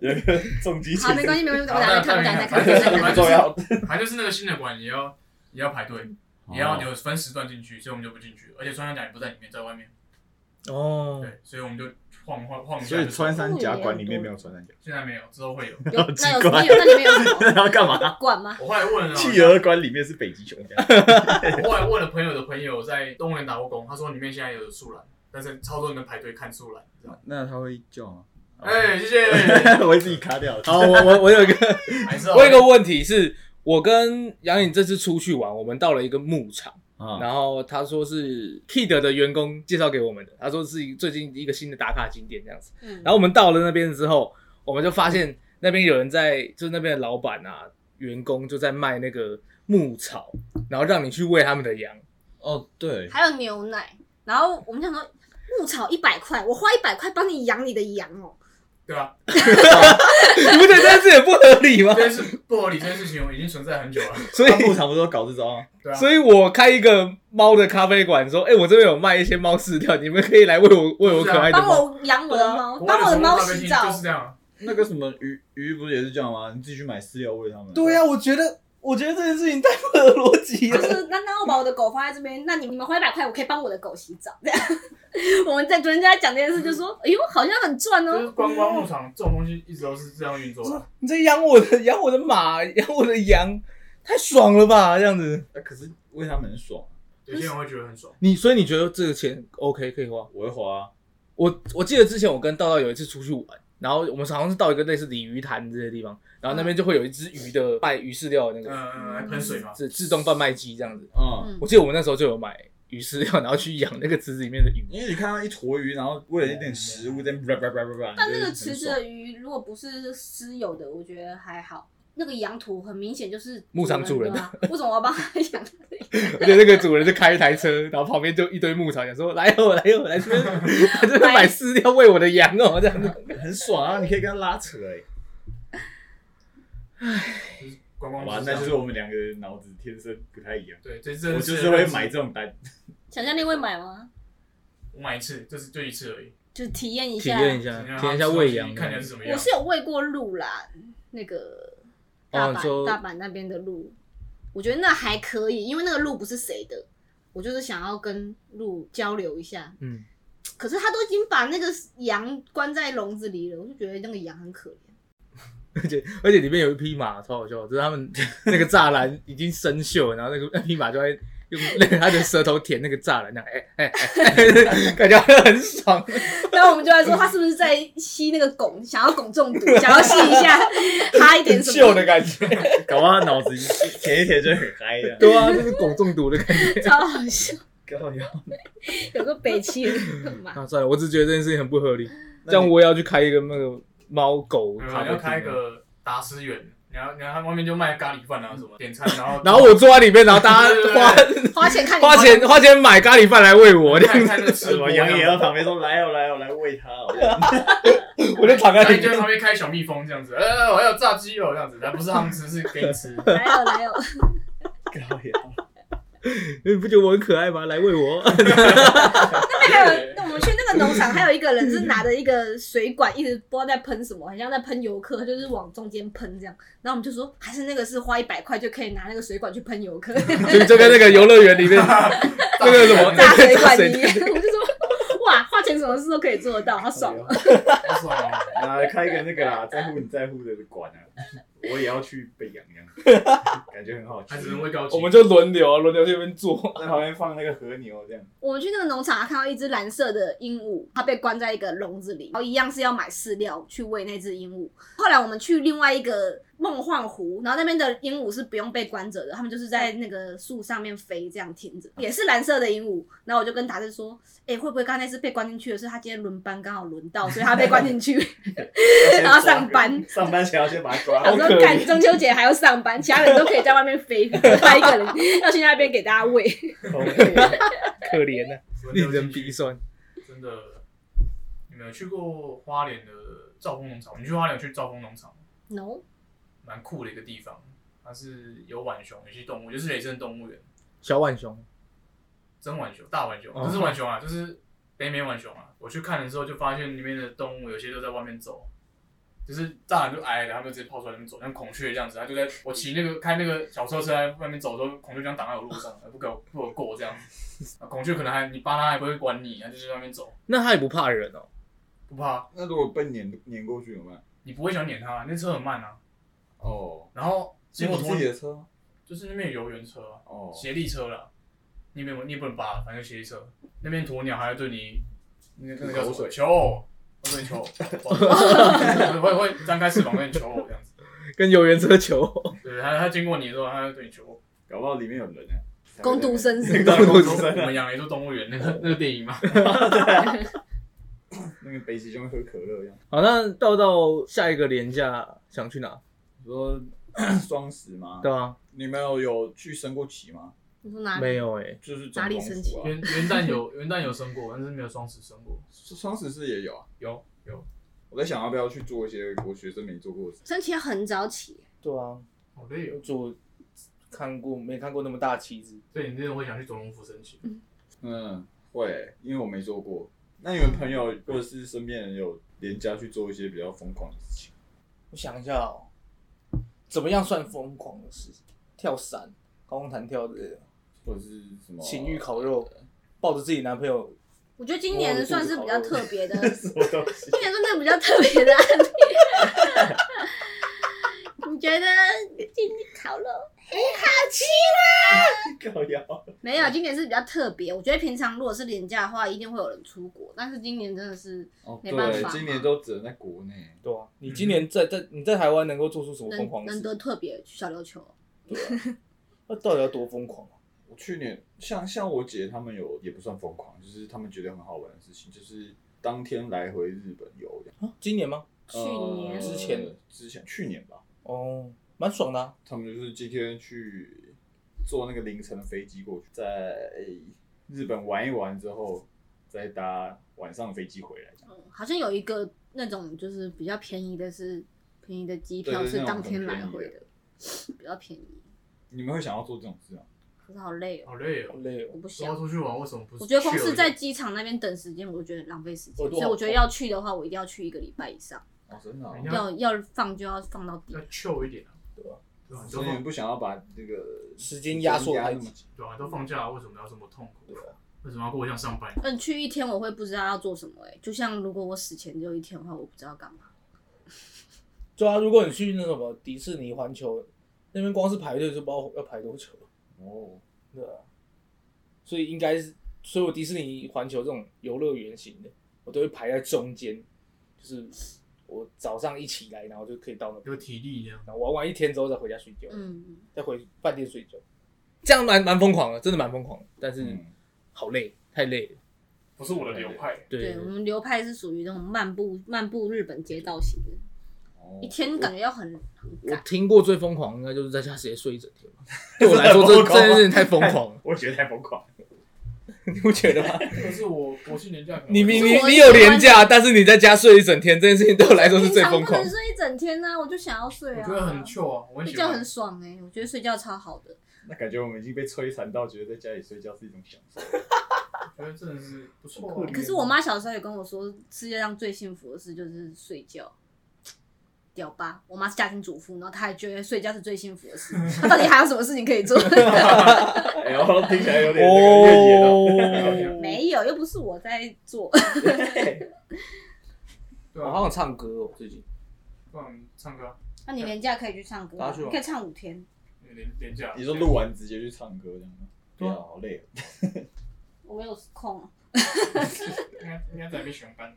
B: 有一个重击
D: 好，没关
B: 系，
D: 系，没关系，
C: 好
D: 我等下再看，我等下再看，我等下再
B: 不
D: 看。
B: 重要，
C: 反正就是那个新的馆也要也要排队，
B: 哦
C: 也要有分时段进去，所以我们就不进去，而且穿山甲也不在里面，在外面，
A: 哦，
C: 对，所以我们就晃晃晃一下
B: 所
C: 就走。
B: 以穿山甲馆里面没有穿山甲，
C: 现在没有，之后会有。
D: 有
B: 好奇
D: 那有
B: 怪
D: 那有那里面有什么
B: 那要干嘛？
D: 馆吗？
C: 我后来问了，
B: 企鹅馆里面是北极熊这样，
C: 我后来问了朋友的朋友在动物园打过工，他说里面现在有树懒，但是超多人在排队看树懒，你知道吗？
B: 那他会叫吗？
C: 哎、谢谢，
B: 我会自己卡掉。
A: 好，我我我有一个
C: 还是
A: 我有一个问题是，我跟杨颖这次出去玩，我们到了一个牧场。
B: 啊，
A: 然后他说是 Kid 的员工介绍给我们的，他说是一最近一个新的打卡景点这样子。
D: 嗯
A: 然，后我们到了那边之后，我们就发现那边有人在，就是那边的老板啊、员工就在卖那个牧草，然后让你去喂他们的 羊。
B: 哦，对，
D: 还有牛奶，然后我们想说牧草一百块，我花一百块帮你养你的羊哦。
C: 对吧？
A: 你不觉得这件事也不合理吗
C: 这？件事不合理，这件事情我已经存在很久了，
A: 所 以，
B: 牧场不是都搞这招吗？
C: 对啊。
A: 所以我开一个猫的咖啡馆，说，哎、我这边有卖一些猫饲料，你们可以来喂我喂我可爱的
D: 帮
A: 猫。
D: 我养我的猫，
C: 国
D: 帮
C: 外
D: 哦我的
C: 宠物
D: 猫
C: 咖啡
D: 洗
C: 厅
D: 澡
C: 就。是这样，
B: 那个什么鱼鱼不是也是这样吗？你自己去买饲料喂它们。
A: 对啊呀、我觉得，我觉得这件事情太不合逻辑
D: 就
A: 了。
D: 是那那我把我的狗放在这边，那你你们花一百块，我可以帮我的狗洗澡。 这样，我们在昨天就在讲这件事，就说，哎呦，好像很赚
C: 就是
A: 啊
D: 哦。
C: 观光牧场这种东西一直都是这样运作
D: 嗯
C: 的。
A: 你在养我的 养我的马，养我的羊，太爽了吧？这样子，
B: 啊，可是喂它们很爽，
C: 有些人会觉得很爽，
A: 你所以你觉得这个钱 OK 可以花？
B: 我会啊花。
A: 我我记得之前我跟道道有一次出去玩，然后我们好像是到一个类似鲤鱼潭之类的地方，然后那边就会有一只鱼的卖鱼饲料的那
C: 嗯
A: 个，
C: 嗯，还喷水嘛，
A: 是自动贩卖机这样子。
B: 嗯，
D: 嗯
A: 我，记得我们那时候就有买鱼饲料，然后去养那个池子里面的鱼。
B: 因为你看到一坨鱼，然后喂了一点食物，在叭叭叭叭叭。
D: 但那
B: 你就
D: 个
B: 很
D: 池子
B: 爽
D: 的鱼如果不是私有的，我觉得还好。那个羊图很明显就是
A: 牧场主人
D: 的啊，为什么我要帮他养？
C: 嗯
A: 而且那个主人就开一台车，然后旁边就一堆牧草，想说来哦来哦来这边 来这边买饲料喂我的羊哦这样子。
B: 很爽啊！你可以跟它拉扯哎。
C: 就是观
B: 好
C: 光牧
B: 吧
C: 场，。
B: 那哦就是我们两个人脑子天生不太一样。
C: 对，这
B: 我
C: 这
B: 就是会买，这种单，
D: 想象力会买吗？
C: 我买一次，这是就一次而已。
D: 就是体验一
A: 体
D: 下。
A: 验一下，体啊验一下喂羊的。
C: 啊看起来是怎么
D: 我
C: 样。
D: 是有喂过鹿啦，那个大
A: 哦
D: 阪、
A: 你说
D: 大阪那边的鹿，我觉得那还可以，因为那个鹿不是谁的，我就是想要跟鹿交流一下。
A: 嗯，
D: 可是他都已经把那个羊关在笼子里了，我就觉得那个羊很可怜。
A: 而且而且里面有一匹马，超好笑，就是他们那个栅栏已经生锈，然后那个那匹马就在用那个它的舌头舔那个栅栏，那样哎哎哎， 感觉好像很爽。
D: 然后我们就在说，他是不是在吸那个汞，想要汞中毒，想要吸一 下，哈一点什
A: 锈
D: 么，
A: 的感觉，
B: 搞不好脑子一舔一舔就很嗨的。
A: 对啊，就是汞中毒的感觉。
D: 超好笑。
B: 搞笑。
D: 有个北齐人嘛，
A: 啊，算了，我只是觉得这件事情很不合理。
B: 那
A: 这
B: 你
A: 样我也要去开一个那个猫狗
C: 没有
A: 咖
C: 你
A: 啡
C: 要开一
A: 厅啊，
C: 个达斯园，然后然后他外面就卖咖喱饭啊什么，点餐然后
A: 然后我坐在里面，然后大家
C: 对对
A: 花
D: 花钱看你
A: 花钱花钱买咖喱饭来喂我，这样
C: 看看这
B: 什
C: 吃
B: 么
C: 播，
B: 杨也要
C: 然
B: 旁边说来哦来哦来喂 它哦。
A: 我就躺在
C: 后
A: 里
C: 你就
A: 面
C: 在。旁边开小蜜蜂这样子，呃，我要炸鸡肉这样子，但不是他们吃，是给你 吃。
D: 来哦来哦，
B: 搞笑。
A: 你不觉得我很可爱吗？来喂 我。
D: 还有，那我们去那个农场，还有一个人是拿着一个水管，一直不知道在喷什么，很像在喷游客，就是往中间喷这样。然后我们就说，还是那个是花一百块就可以拿那个水管去喷游客，
A: 就就跟那个游乐园里 面那个什么
D: 炸水
A: 炸
D: 管
A: 水
D: 一样。 我们就说，哇，花钱什么事都可以做得到，好爽哦！
C: 不爽啊！
B: 啊，开一个那个啦，在乎你在乎的馆啊，我也要去被养养，感觉很好吃
C: 还。只能喂高级，
A: 我们就轮流啊轮流这边坐。
B: 在旁边放那个和牛这样，
D: 我们去那个农场，看到一只蓝色的鹦鹉，它被关在一个笼子里，然后一样是要买饲料去喂那只鹦鹉。后来我们去另外一个梦幻湖，然后那边的鹦鹉是不用被关着的，它们就是在那个树上面飞，这样停着，也是蓝色的鹦鹉。然后我就跟达志说：“哎、会不会刚才是被关进去的是他今天轮班刚好轮到，所以他被关进去？然后上 班，
B: 上班前要先把它抓
D: 我
B: 好
A: 好。
D: 说
A: 可怜
D: 干中秋节还要上班，其他人都可以在外面飞，他一个人要去那边给大家喂。”
A: 可怜啊，
C: 轮 流
A: 令
C: 进
A: 人
C: 去
A: 鼻酸。
C: 真的。你们有去过花莲的兆丰农场？你去花莲有去兆丰农场吗？
D: No，
C: 蛮酷的一个地方，它是有浣熊，有些动物，就是雷森动物园，
A: 小浣熊，
C: 真浣熊、大浣熊，
A: 哦
C: 不是浣熊啊，就是北美浣熊啊。我去看的时候就发现里面的动物有些都在外面走，啊就是大人就矮的，他们直接跑出来那边走，像孔雀这样子，它就在我骑那个开那个小车车在外面走的时候，孔雀这样挡在我路上，不给我不给我过这样子。啊孔雀可能还你扒它还不会管你，它就在外面走，
A: 那它也不怕人哦。
C: 不怕，
B: 那如果被碾碾过去怎么办？
C: 你不会想撵它，那车很慢啊。
B: 哦，
C: 然后
B: 是
C: 结果
B: 你
C: 同
B: 自己的车？
C: 就是那边有游园车啊。
B: 哦，
C: 斜立车啦，你也不你也不能扒，反正斜立车那边鸵鸟还要对你那个那个叫
B: 口
C: 什么
B: 水
C: 求偶，会对你求 偶，会会会张开翅膀对你求偶这样子。
A: 跟游园车球，
C: 对，他他经过你之后，他会对你求 偶。
B: 搞不好里面有人啊呢。
D: 攻读生死。
A: 对
B: 攻读
C: 我
B: 生啊，
C: 们养了一座动物园，那个那个电影嘛，
B: 那个北极熊喝可乐一样。
A: 好，那到到下一个廉价想去哪？
B: 你说 双十吗？
A: 对啊，
B: 你们有有去升过旗吗？
D: 你说哪里？
A: 没有哎、
B: 就是
D: 哪里
B: 总统
D: 升旗
B: 府啊？
C: 元元旦有元旦有生过，但是没有双十生过。
B: 双十是也有啊。
C: 有有，
B: 我在想要不要去做一些我学生没做过的事。
D: 升旗很早起，
A: 对啊，
C: 好累哦。
A: 做看过没看过那么大旗子？
C: 所以你真的会想去总统府升旗？
B: 嗯，会，因为我没做过。那你们朋友或者是身边人有连家去做一些比较疯狂的事情？
E: 我想一下哦，怎么样算疯狂的事？跳伞、高空弹跳之类的，
A: 哦
B: 或者是什么
E: 情 欲烤肉，抱着自己男朋友，
D: 我觉得今年算是比较特别的， 今
B: 什么东 西？
D: 年算是比较特别的案例。 你觉得今年烤肉很好吃？
B: 搞摇。
D: 没有，今年是比较特别。我觉得平常如果是廉价的话，一定会有人出国，但是今年真的是
B: 哦，
D: 没办法
B: 对，今年都只能在国内。
E: 对啊，你今年在在你在台湾能够做出什么疯
D: 能
E: 狂的
D: 能
E: 事？
D: 得特别去小琉球。
E: 对啊，那到底要多疯狂啊？
B: 我去年像像我姐他们有也不算疯狂，就是他们觉得很好玩的事情，就是当天来回日本游这样。
E: 啊今年吗？
D: 去
B: 呃
D: 年
E: 之前
B: 之前去年吧，
E: 哦，蛮爽的、啊，
B: 他们就是今天去坐那个凌晨的飞机过去，在日本玩一玩之后，再搭晚上的飞机回来这样。
D: 嗯好像有一个那种就是比较便宜的是便宜的机票
B: 对对
D: 是
B: 那种
D: 当天
B: 很便
D: 来
B: 宜的
D: 回的， 比较便宜，
B: 你们会想要做这种事吗？啊
D: 可是好累哦，
C: 好累
E: 好
C: 哦。
E: 累
D: 我
E: 哦。
D: 不
C: 我要
D: 想。
C: 出去玩，为什么不去而已？啊
D: 我觉得光是在机场那边等时间，我就觉得浪费时间，
E: 耳朵
D: 所以
E: 好
D: 我觉得要去的话，我一定要去一个礼拜以上，
B: 哦，真的、哦
C: 哎。呀
D: 要要放就要放到底
C: 要。chill 一点啊，
E: 对吧
C: 对吧？你
B: 所
C: 都
B: 以你们
C: 放
B: 不想要把这个
E: 时间压缩
B: 压
E: 太
B: 那么
E: 紧
B: 紧？
C: 对啊，都放假了，为什么要这么痛苦
E: 对？啊，
C: 为什么要过得像上班一样？
D: 嗯，去一天我会不知道要做什么哎、就像如果我死前只有一天的话，我不知道干嘛。
E: 对啊，如果你去那什么迪士尼、环球那边，光是排队就不知道要排多久了。
B: 哦，
E: 对啊，所以应该是，所以我迪士尼、环球这种游乐园型的，我都会排在中间，就是我早上一起来，然后就可以到那边，
C: 有体力这样。
E: 然后玩完一天之后再回家睡觉，
D: 嗯，
E: 再回饭店睡觉，这样蛮蛮疯狂的，真的蛮疯狂的，但是
B: 嗯，
E: 好累，太累了。
C: 不是我的流派，
D: 对，我们流派是属于那种漫步漫步日本街道型的，
B: 哦
D: 一天感觉要很很
A: 我
D: 赶。
A: 听过最疯狂应该就是在家直接睡一整天 吧。对我来说，这这件事情太疯狂了，
B: 我觉得太疯狂了。
E: 你不觉得吗？
C: 这个是我国庆年假可能
A: 你你
D: 可
A: 你
D: 是我
A: 你
D: 喜
A: 有
D: 欢
A: 廉价，但是你在家睡一整天，这件事情对我来说是最
D: 平常
A: 疯
D: 不
A: 狂
D: 能。睡一整天呢、我就想要睡
C: 我
D: 啊。
C: 觉得很 chill 啊，我很
D: 睡
C: 喜
D: 觉
C: 欢
D: 很。爽哎、我觉得睡觉超好的。
B: 那感觉我们已经被摧残到，觉得在家里睡觉是一种享 受。
C: 我觉得真的是不错
E: 很
C: 啊
E: 酷。
D: 可是我妈小时候也跟我说，世界上最幸福的事就是睡觉。屌吧！我妈是家庭主妇，然后她还觉得睡觉是最幸福的事。她到底还有什么事情可以做？
B: 哎呦，听起来有点那个越野
A: 哦
B: 了。
D: 没有，又不是我在做。
E: 我
C: 对啊，
E: 好想唱歌哦，最近
C: 不然唱歌啊，
D: 那你年假可以去唱歌
E: 大
D: 吗，
E: 家去吧
D: 你可以唱五天。
C: 连连假。
B: 你说录完直接去唱歌这样吗？
E: 对啊
B: 对啊，好累哦。
D: 我没有空啊，
C: 应该应该在被选班。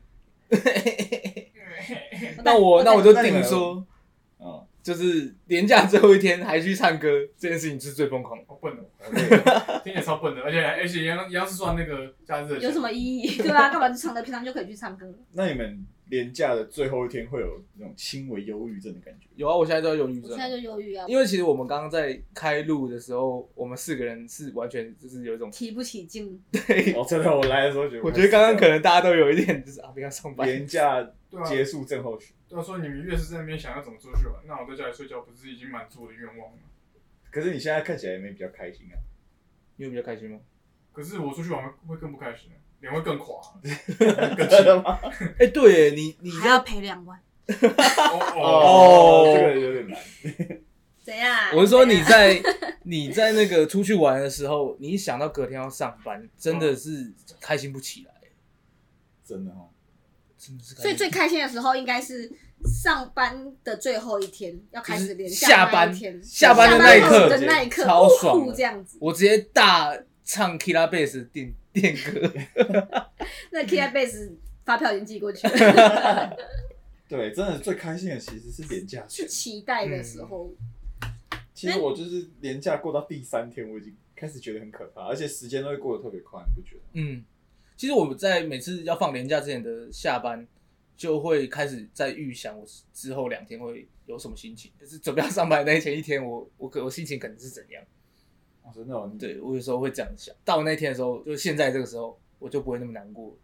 E: 那我那我就定
B: 那你们
E: 说，
B: 嗯，
E: 就是
A: 年假最后一天还去唱歌，这件事情是最疯狂的。
C: 好笨哦， 听起来超笨的，而且而且一样一样是算那个假日的钱
D: 有什么意义？ 对啊，干嘛去唱歌？平常就可以去唱歌。
B: 那你们年假的最后一天会有那种轻微忧郁症的感觉？
A: 有啊，我现在都要忧郁
D: 我
A: 症
D: 现。在就忧郁啊，
A: 因为其实我们刚刚在开录的时候，我们四个人是完全就是有一种，
D: 提不起劲。
B: 哦，真的，我来的时候觉得，
A: 我觉得刚刚可能大家都有一点就是啊，不要上班，
B: 年假
C: 对啊，
B: 结束症候群，
C: 对啊，所以你们越是在那边想要怎么出去玩，那我在家里睡觉不是已经满足我的愿望了吗？
B: 可是你现在看起来也没比较开 心啊。
A: 你有比较开心吗？
C: 可是我出去玩会更不开心，脸会 更垮。啊
B: 真的吗？
A: 哎、对耶你你
D: 还要赔两万，
B: 哦，这个有点难。
D: 怎样？
A: 我是说你在
D: 啊
A: 你在那个出去玩的时候，你一想到隔天要上班，真的是开心不起来，
B: 真的哦，
A: 真的是开
D: 所以
A: 心。
D: 最开心的时候应该是上班的最后一天，要开始连
A: 就是下
D: 那
A: 班
D: 一天，
A: 下
B: 班
D: 下
B: 的
D: 班
B: 那一刻
D: 后的那一刻，
A: 超爽的
D: 呜呼这样子。
A: 我直接大唱 Killa Bass 电电歌，
D: 那 K I Base 发票已经寄 过去了，
B: 对，真的最开心的其实是年假前
D: 去。期待的时候，
B: 其实我就是年假过到第三天，我已经开始觉得很可怕，而且时间都会过得特别快，你不觉得？
A: 嗯，其实我们在每次要放年假之前的下班，就会开始在预想我之后两天会有什么心情，就是准备要上班的那前一天我，我可我心情可能是怎样？
B: 哦，真的哦，你，
A: 对我有时候会这样想，到那天的时候，就现在这个时候，我就不会那么难过。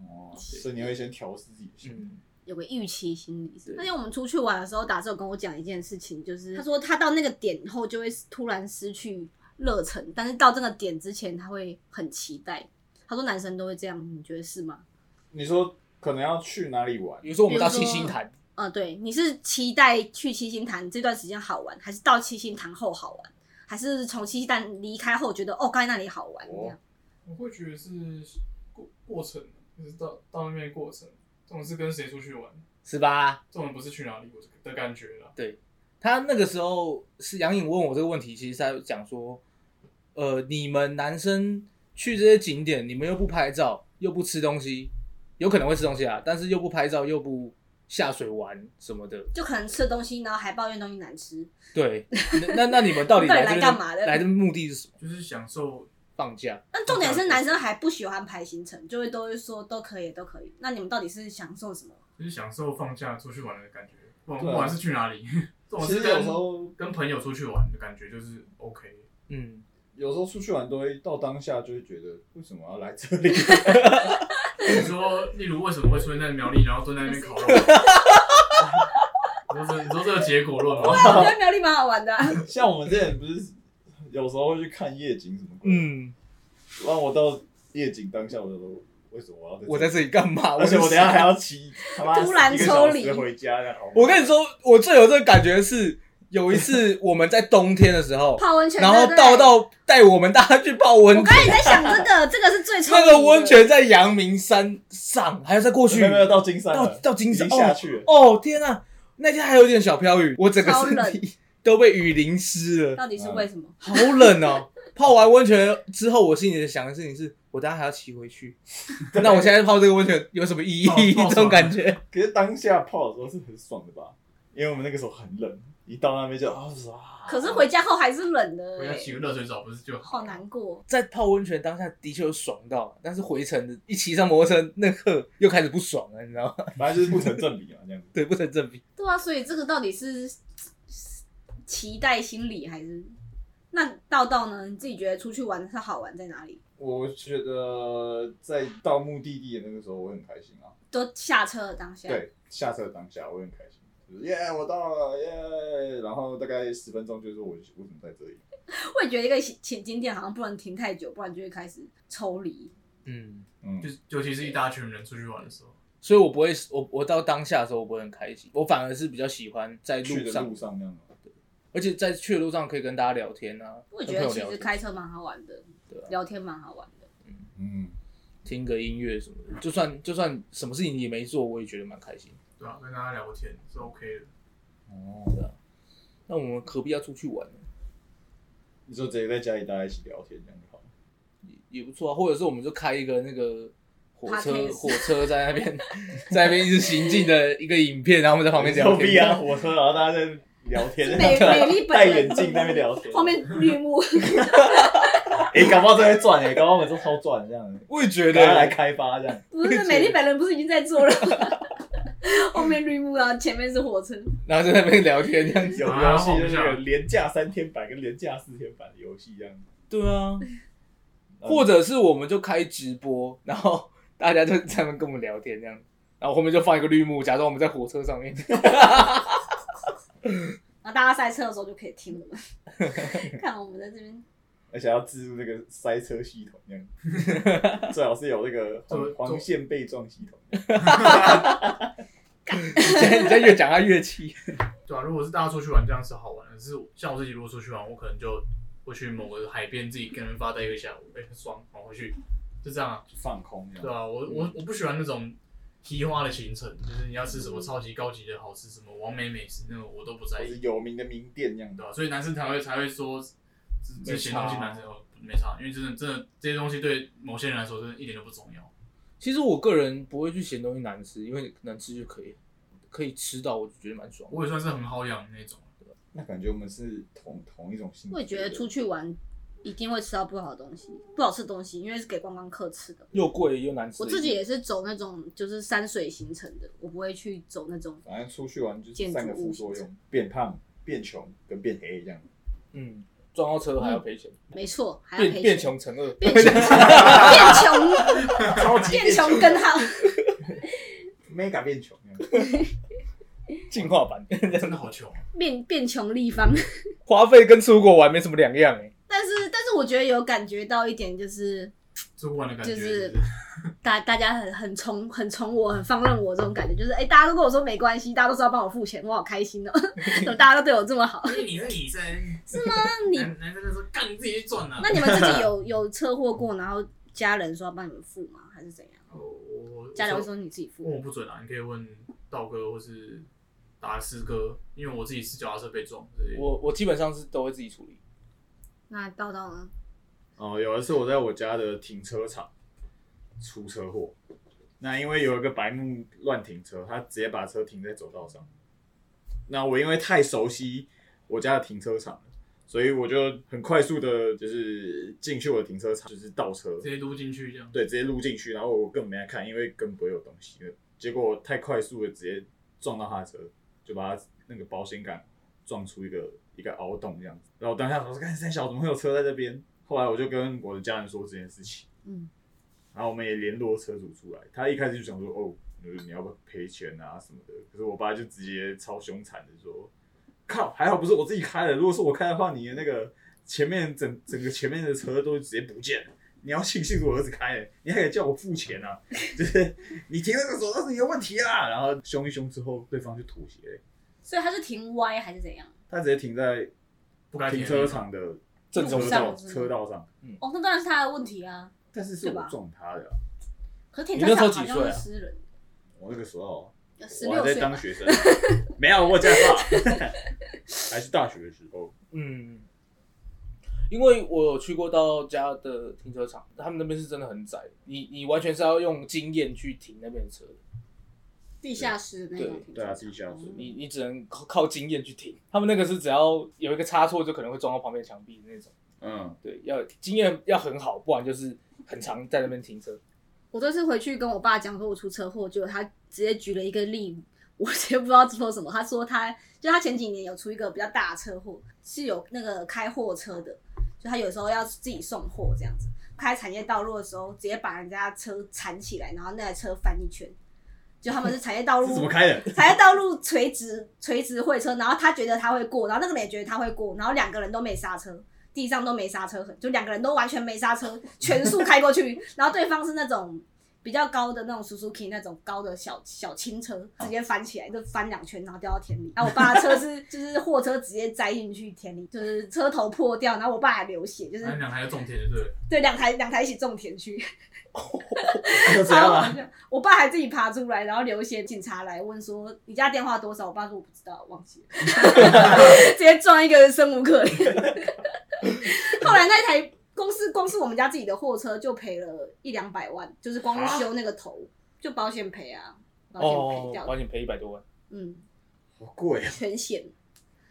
B: 哦，所以你会先调试自己的心。
A: 嗯，
D: 有个预期心理
A: 对。
D: 那天我们出去玩的时候，达志有跟我讲一件事情，就是他说他到那个点后就会突然失去热忱，但是到这个点之前他会很期待。他说男生都会这样，你觉得是吗？
B: 你说可能要去哪里玩
A: 比？如说我们到
D: 比如
A: 七
D: 说
A: 星潭，
D: 呃，对，你是期待去七星潭这段时间好玩，还是到七星潭后好玩，还是从七星潭离开后觉得哦，刚才那里好玩
B: 哦
D: 这样？
C: 我会觉得是过过程，就是到到那边的过程。这种是跟谁出去玩，
A: 是吧？
C: 这种不是去哪里我的感觉啦。
A: 他那个时候是杨颖问我这个问题，其实他讲说，呃，你们男生去这些景点，你们又不拍照，又不吃东西，有可能会吃东西啊，但是又不拍照，又不下水玩什么的，
D: 就可能吃东西，然后还抱怨东西难吃，
A: 对，那那那你们到底来
D: 到
A: 这
D: 底来
A: 边
D: 干嘛的
A: 来这边目的是什么？
C: 就是享受，
A: 放假？
D: 但重点是男生还不喜欢排行程，就会都会说都可以，都可以。那你们到底是享受什么？
C: 就是享受放假出去玩的感觉。不管
B: 对啊
C: 不管是去哪里， 这种
B: 其
C: 是
B: 实有
C: 跟
B: 时候，
C: 跟朋友出去玩的感觉就是 OK。
A: 嗯，
B: 有时候出去玩都会到当下就会觉得，为什么要来 这里？
C: 你说，例如为什么会出现在苗栗，然后蹲在那 边烤肉？ 你说这你说这个结果论吗？
D: 我觉得苗栗蛮好玩的啊、
B: 像我们之前不是有时候会去看夜景什么鬼？，
A: 嗯，
B: 然后我到夜景当下，我就说，为什么我要在
A: 我在这里干嘛？
B: 而且我等一下还要骑他妈
D: 突然
B: 一个小时
D: 抽离
B: 回家的，好吗
A: 我跟你说，我最有这个感觉是有一次我们在冬天的时候，
D: 泡温泉，
A: 然后
D: 对不对
A: 到。到带我们大家去泡温泉
D: 我刚。才也在想这个，这个是最聪
A: 那
D: 明
A: 个
D: 的
A: 温。泉在阳明山上，还要再过去，
B: 没有没有到金山
A: 到
B: 了，
A: 到金
B: 已
A: 山
B: 经下去了。
A: 哦。哦天啊，那天还有点小飘雨，我整个身
D: 超
A: 体都被雨淋湿了，
D: 到底是为什么？
A: 好冷哦。泡完温泉之后，我心里想的事情是，我等下还要骑回 去。那我现在泡这个温泉有什么 意义？
C: 泡泡
A: 这种感觉，
B: 可是当下泡的时候是很爽的吧？因为我们那个时候很冷，一到那边就
A: 哦
B: 啊哇
D: 可是回家后还是冷的、
C: 回家洗
D: 欸，
C: 个热水澡不是就
D: 好难过。
A: 在泡温泉当下的确有爽到，但是回程的一骑上摩托车那刻又开始不爽了，你知道吗？
B: 反正就是不成正比嘛，这样子。
A: 对，不成正比。
D: 对啊，所以这个到底是期待心理还是？那道道呢？你自己觉得出去玩是好玩在哪里？
B: 我觉得在到目的地的那个时候，我很开心啊。
D: 都下车的当下，
B: 对，下车当下我很开心，就是耶，我到了耶。然后大概十分钟就是我为什么在这里？
D: 我也觉得一个景景点好像不能停太久，不然就会开始抽离。
A: 嗯，
B: 嗯
C: 就，是尤其是一大群人出去玩的时候，
A: 所以我不会，我我到当下的时候我不会很开心，我反而是比较喜欢在
B: 去
A: 路
B: 的
A: 上
B: 路上那样的。
A: 而且在去的路上可以跟大家聊天啊，
D: 我
A: 跟
D: 觉
A: 朋
D: 得
A: 友
D: 其
A: 聊
D: 实
A: 天
D: 开车蛮好玩的，
A: 对啊
D: 聊天蛮好玩的。
B: 嗯，
A: 听个音乐什么的，就算就算什么事情你也没做，我也觉得蛮开心。
C: 对吧、跟大家聊天是 OK 的。
B: 哦，
A: 啊那我们何必要出去玩呢？
B: 你说直接在家里大家一起聊天这样就好了。
A: 也也不错啊，或者是我们就开一个那个火车
D: Podcast
A: 火车 在那边在那边一直行进的一个影片，然后我们在旁边
B: 有
A: 聊
B: 必
A: 天。
B: 啊，火车，然后大家在聊天，
D: 美美丽本人
B: 戴眼镜在那边聊天，
D: 后面 绿幕，
B: 哎、搞不好这边赚哎，搞不好我们这超赚这样子，
E: 我也觉
B: 大家来
E: 得，
B: 开发这样，
D: 不是美丽本人不是已经在做了吗？ 后面绿幕，然后前面是火车，
E: 然后在那边聊天这样子。
B: 有
C: 啊
B: 游戏就是
C: 好
B: 有
C: 像
B: 廉价三天版跟廉价四天版的游戏这样子，
E: 对啊，
A: 嗯
E: 或者是我们就开直播，然后大家就在那边跟我们聊天这样，然后后面就放一个绿幕，假装我们在火车 上面。
D: 然后大家赛车的时候就可以 听我们，看我们在这边
B: 而且要植入这个塞车系统这样， 最好是有那个
C: 做
B: 黄黄线被撞系统。
E: 你现在你现在越讲他越气。
C: 对啊，如果是大家出去玩，这样是好玩的。只是我像我自己如果出去玩，我可能就会去某个海边自己跟人发呆一个下午，哎、很爽，然后回去，就这样啊，
B: 放空这
C: 对
B: 样。
C: 啊，我
E: 嗯
C: 我我不喜欢那种提花的行程，就是你要吃什么超级高级的好吃，什么完美美食那种我都不在
B: 或
C: 意
B: 是，有名的名店这样
C: 对啊
B: 的，
C: 吧、所以男生才会才会说这这些东西
E: 没差啊
C: 男生哦没差，因为真的真的这些东西对某些人来说真的一点都不重要。
E: 其实我个人不会去嫌东西难吃，因为难吃就可以，可以吃到，我就觉得蛮爽。
C: 我也算是很好养的那种，
B: 那感觉我们是同同一种性质。
D: 我也觉得出去玩一定会吃到不好的东西，不好吃的东西，因为是给观光客吃的。
E: 又贵又难吃。
D: 我自己也是走那种就是山水行程的，我不会去走那种。
B: 反正出去玩就是
D: 建筑
B: 三个副
D: 物
B: 作
D: 性
B: 用：变胖、变穷跟变黑这样。
E: 嗯，撞到车还要赔钱，
D: 没错，嗯还要
E: 变
D: 赔
E: 变穷
D: 钱，
E: 乘二。
D: 变穷，变
B: 超
D: 穷，变穷根号。
B: mega 变穷这样。
E: 进化版，
C: 啊 真的好穷。
D: 变变穷立方。
E: 花费跟出国玩没什么两样哎、
D: 但是，但是我觉得有感觉到一点，就是
C: 出国玩的感觉
D: 就是
C: 是
D: 大大家很很宠很宠我，很放任我这种感觉，就是哎、大家都跟我说没关系，大家都是要帮我付钱，我好开心哦、怎么大家都对我这么好？
C: 因为你是女生，是 吗？
D: 哦你
C: 男男生就说干你自己去赚啊。
D: 那你们自己有有车祸过，然后家人说要帮你们付吗？还是怎样？
C: 我哦我
D: 家人会说嗯你自己
C: 问
D: 付？
C: 我不准啊，你可以问道哥或是达斯哥，因为我自己是脚踏车被撞，所以
E: 我我基本上是都会自己处理。
D: 那道道呢？
B: 哦，有一次我在我家的停车场出车祸，那因为有一个白目乱停车，他直接把车停在走道上。那我因为太熟悉我家的停车场了，所以我就很快速的，就是进去我的停车场，就是倒车，
C: 直接撸进去这样。
B: 对，直接录进去，然后我根本没来看，因为根本不会有东西了。结果我太快速的直接撞到他的车，就把他那个保险杆撞出一个一个凹洞这样子。然后我当下我说：“看三小怎么会有车在这边？”后来我就跟我的家人说这件事情，
D: 嗯，
B: 然后我们也联络车主出来。他一开始就想说：“哦，你要不要赔钱啊什么的？”可是我爸就直接超凶残的说：“靠，还好不是我自己开的，如果是我开的话，你的那个前面整整个前面的车都直接不见了。”你要庆幸我儿子开的，你还得叫我付钱 啊！就是你停那个走道是你的问题啊！然后凶一凶之后，对方就妥协了，
D: 所以他是停歪还是怎样？
B: 他直接停在
C: 不该停
B: 停车场的
E: 正中
B: 车
D: 上
B: 道车道上，
D: 哦，那当然是他的问题啊。
B: 但是是
D: 对
B: 我
D: 吧
B: 撞他的啊、
D: 可是停
E: 你
D: 车
E: 那时候
D: 场
E: 几岁
D: 好像是
E: 啊
D: 私人，
B: 我那个时候
D: 十
B: 我还
D: 六
B: 在
D: 岁
B: 当
D: 吧。
B: 学生， 没有我驾 照，还是大学的时候。
E: 嗯，因为我有去过到家的停车场，他们那边是真的很窄，你你完全是要用经验去停那边的车，
D: 地下室那种停车
B: 对啊
D: 场，
B: 地下室
D: 哦
E: 你你只能靠靠经验去停。他们那个是只要有一个差错就可能会撞到旁边的墙壁的那种，
B: 嗯，
D: 哦
E: 对，要经验要很好，不然就是很常在那边停车。
D: 我这次回去跟我爸讲说我出车祸，结果他直接举了一个例，我直接不知道说什么。他说他就他前几年有出一个比较大的车祸，是有那个开货车的，就他有时候要自己送货这样子，开产业道路的时候直接把人家车缠起来，然后那台车翻一圈。就他们是产业 道路
B: 是怎么开的？
D: 才在道路垂直垂直会车，然后他觉得他会过，然后那个人也觉得他会过，然后两个人都没刹车，地上都没刹车痕，就两个人都完全没刹车，全速开过去，然后对方是那种。比较高的那种 Suzuki 那种高的小小轻车，直接翻起来就翻两圈，然后掉到田里。啊然后我爸的车是就是货车直接栽进去田里，就是车头破掉，然后我爸还流血，就是
C: 那两台要种田的，对了，
D: 对两台两台一起种田去。
B: 就这样
D: 超
B: 啊
D: 好？笑！我爸还自己爬出来，然后流血，警察来问说你家电话多少？我爸说我不知道，忘记了，直接撞一个生无可恋。后来那台公司光是我们家自己的货车就赔了一两百万，就是光是修那个头、就保险
A: 哦
D: 赔啊，保险赔掉的，
E: 保险赔一百多万，
D: 嗯，
B: 好贵啊！
D: 全险。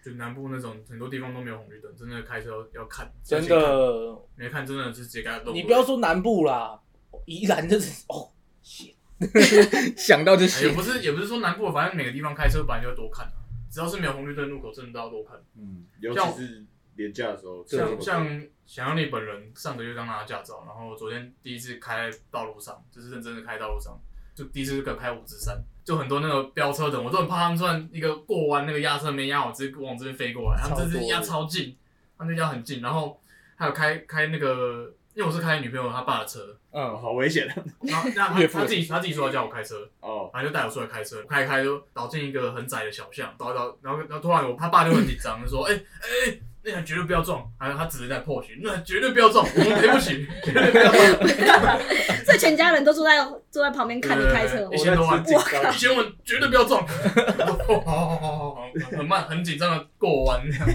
C: 就南部那种很多地方都没有红绿灯，真的开车要看，
A: 真
C: 小心看
A: 的，
C: 没看真的是直接给他漏。
A: 你不要说南部啦，宜兰就是哦，shit 想到就
C: 哎
A: 写
C: 也不是也不是说南部，反正每个地方开车本来就要多看啊，只要是没有红绿灯路口，真的都要多看。
B: 嗯，尤
C: 像
B: 其是廉价的时候，这
C: 像
B: 种
C: 像想要你本人上个月刚拿到驾照，然后昨天第一次开道路上，就是认真的开道路上，就第一次可开五指山，就很多那个飙车的，我都很怕他们突然一个过弯，那个压车没压好，直接往这边飞过来，他们这
A: 超
C: 次
A: 多
C: 压超近，他们就压很近，然后还有开开那个，因为我是开女朋友她爸的车，
B: 哦
A: 嗯，
B: 好危险
C: 然后 那
A: 岳
C: 他
A: 父
C: 他自己他自己说要叫我开车，
B: 哦，
C: 反正就带我出来开车，开一开就导进一个很窄的小巷，导一导，然后然后突然我他爸就很紧张，就说：“哎哎、哎，那台绝对不要撞！”还有他指着在破群，那绝对不要撞，我们赔不起，绝对不要撞，
D: 这全家人都坐在坐在旁边看你开车，哦
C: 一千多万
B: 我在吃紧张
C: 一千万绝对不要撞。哦好好好好好，很慢很紧张的过弯那样。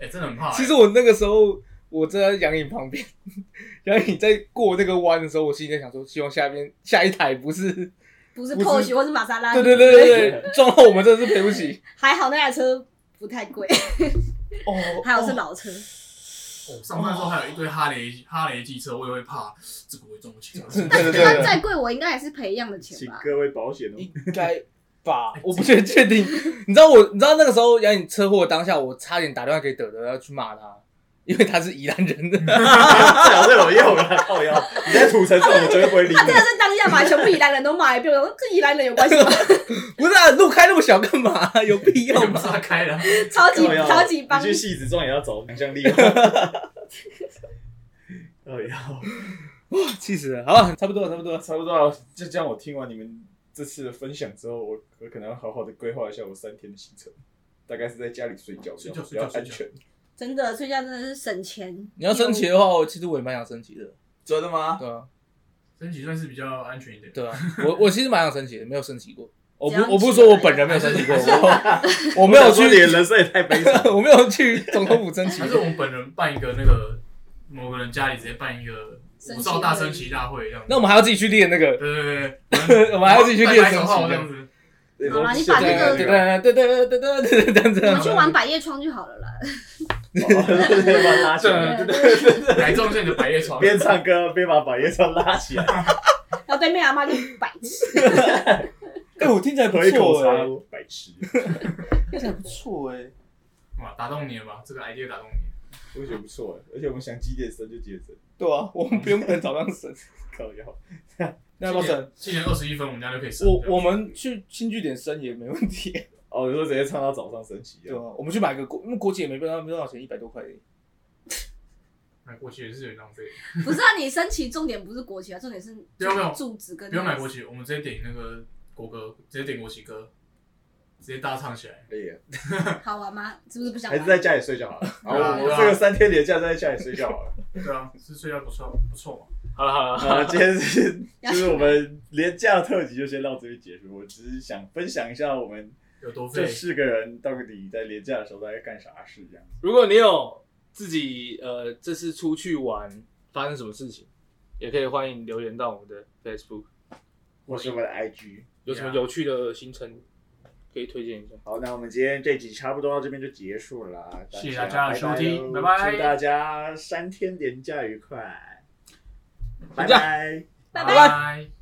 C: 哎、真的很怕、
A: 其实我那个时候我站在杨颖旁边，杨颖在过那个弯的时候，我心里在想说，希望下边下一台不是，
D: 不是
A: 不是
D: Porsche 或是玛莎拉蒂，
A: 对对对对对，撞到我们真的是赔不起
D: 还好那台车不太贵，
A: 哦。
D: 还好是
A: 哦
D: 老车，
C: 哦上班的时候还有一堆哈雷哈雷机车，我也会怕，这个我也撞不起。
A: 对对
D: 但是
A: 对
D: 它
A: 对，
D: 再贵，我应该还是赔一样的钱
B: 请
D: 吧。
B: 各位保险哦，
A: 应该吧，我不确确定。你知道我，你知道那个时候杨颖车祸当下，我差点打电话给德德要去骂他，因为他是宜兰人的。
B: 至少是有用啦，靠腰，你在土城上我绝对不会理
D: 他真
B: 你
D: 的。是当下把全部宜兰人都骂一遍，我说跟宜兰人有关系 吗？
A: 不是啊，路开那么小干嘛？有必要
C: 又不
A: 吗
C: 是？他开的，
D: 超级
B: 靠腰
D: 超级帮
B: 你去戏子庄也要找想象力哦。哎呀，
A: 气死了！好了，差不多了，差不多了。
B: 差不多啊，就这样。我听完你们这次的分享之后，我我可能要好好的规划一下我三天的行程，大概是在家里睡觉，比
C: 睡
B: 较
C: 觉
B: 比较
C: 睡觉
B: 安全。
D: 真的睡觉真的是省钱。
A: 你要升旗的话，我其实我也蛮想升旗的。
B: 真的吗？
A: 对啊，
C: 升级算是比较安全一点。
A: 对啊，我我其实蛮想升旗的，没有升旗过。我
D: 怎样
A: 不我不是说我本人没有升旗过，我我没有
B: 我想说你的
A: 去，
B: 人生也太悲惨了。
A: 我没有去总统府升旗
C: 还。是我们本人办一个那个某个人家里直接办一个
D: 升旗
C: 五少大升旗大会这样子。
A: 那我们还要自己去练那个。
C: 对对对，
A: 我们还要自己去练
C: 手
A: 升旗
C: 号这样子。
D: 好啊啦你把
A: 对
D: 那
B: 啊
D: 个
A: 对对对对对对对，这样子。
D: 我们去玩百叶窗就好了 啦。
B: 个把它拉起来，
D: 对 啊对对，
C: 来撞见你的百叶窗，
B: 边唱歌边把百叶窗拉起来，
D: 然哦后对面阿妈就白痴，
A: 哎，我听起来不
B: 喝一口
A: 错哎
B: 茶，，白痴。
A: 听起来不错哎。
C: 哇，打动你了吧？这个 idea 打动你。
B: 我觉得不错哎，而且我们想几点升就 几点升，
A: 对啊，我们不用等早上升。
B: 靠腰。
A: 那要不要升？
C: 七点二十一分，我们家就可以升。
A: 我我们去新据点升也没问题。
B: 哦，你说直接唱到早上升旗
A: 对
B: 啊？
A: 啊，我们去买个国，因为国旗也没多少没多少钱，一百多块而已。
C: 买国旗也是有点浪费，
D: 不是啊？你升旗重点不是国旗啊，重点是
C: 不要不要
D: 柱子跟
C: 不用买国旗，我们直接点那个国歌，直接点国旗歌，直接大唱起来。
B: 可以啊，
D: 好玩吗？是不是不想
B: 还
D: 玩
B: 是？在家里睡觉好了。
C: 对啊
B: 好，我们这个三天连假在家里睡觉好 了。
C: 对啊，是睡觉不错不错嘛。
A: 好了好了，
B: 啊，今天是就是我们廉价特辑就先到这边结束。我只是想分享一下我们
C: 有多费
B: 这？四个人到底在廉价的时候大概干啥事这样子。
A: 如果你有自己呃这次出去玩发生什么事情，也可以欢迎留言到我们的 Facebook，
B: 我是我们的 IG。
A: 有什么
C: Yeah
A: 有趣的行程可以推荐一下。
B: 好，那我们今天这集差不多到这边就结束了啦，
C: 谢谢大家的收听
B: 拜
C: 拜拜
B: 喽祝大家三天连假愉快，拜拜。
D: 拜拜
C: 拜。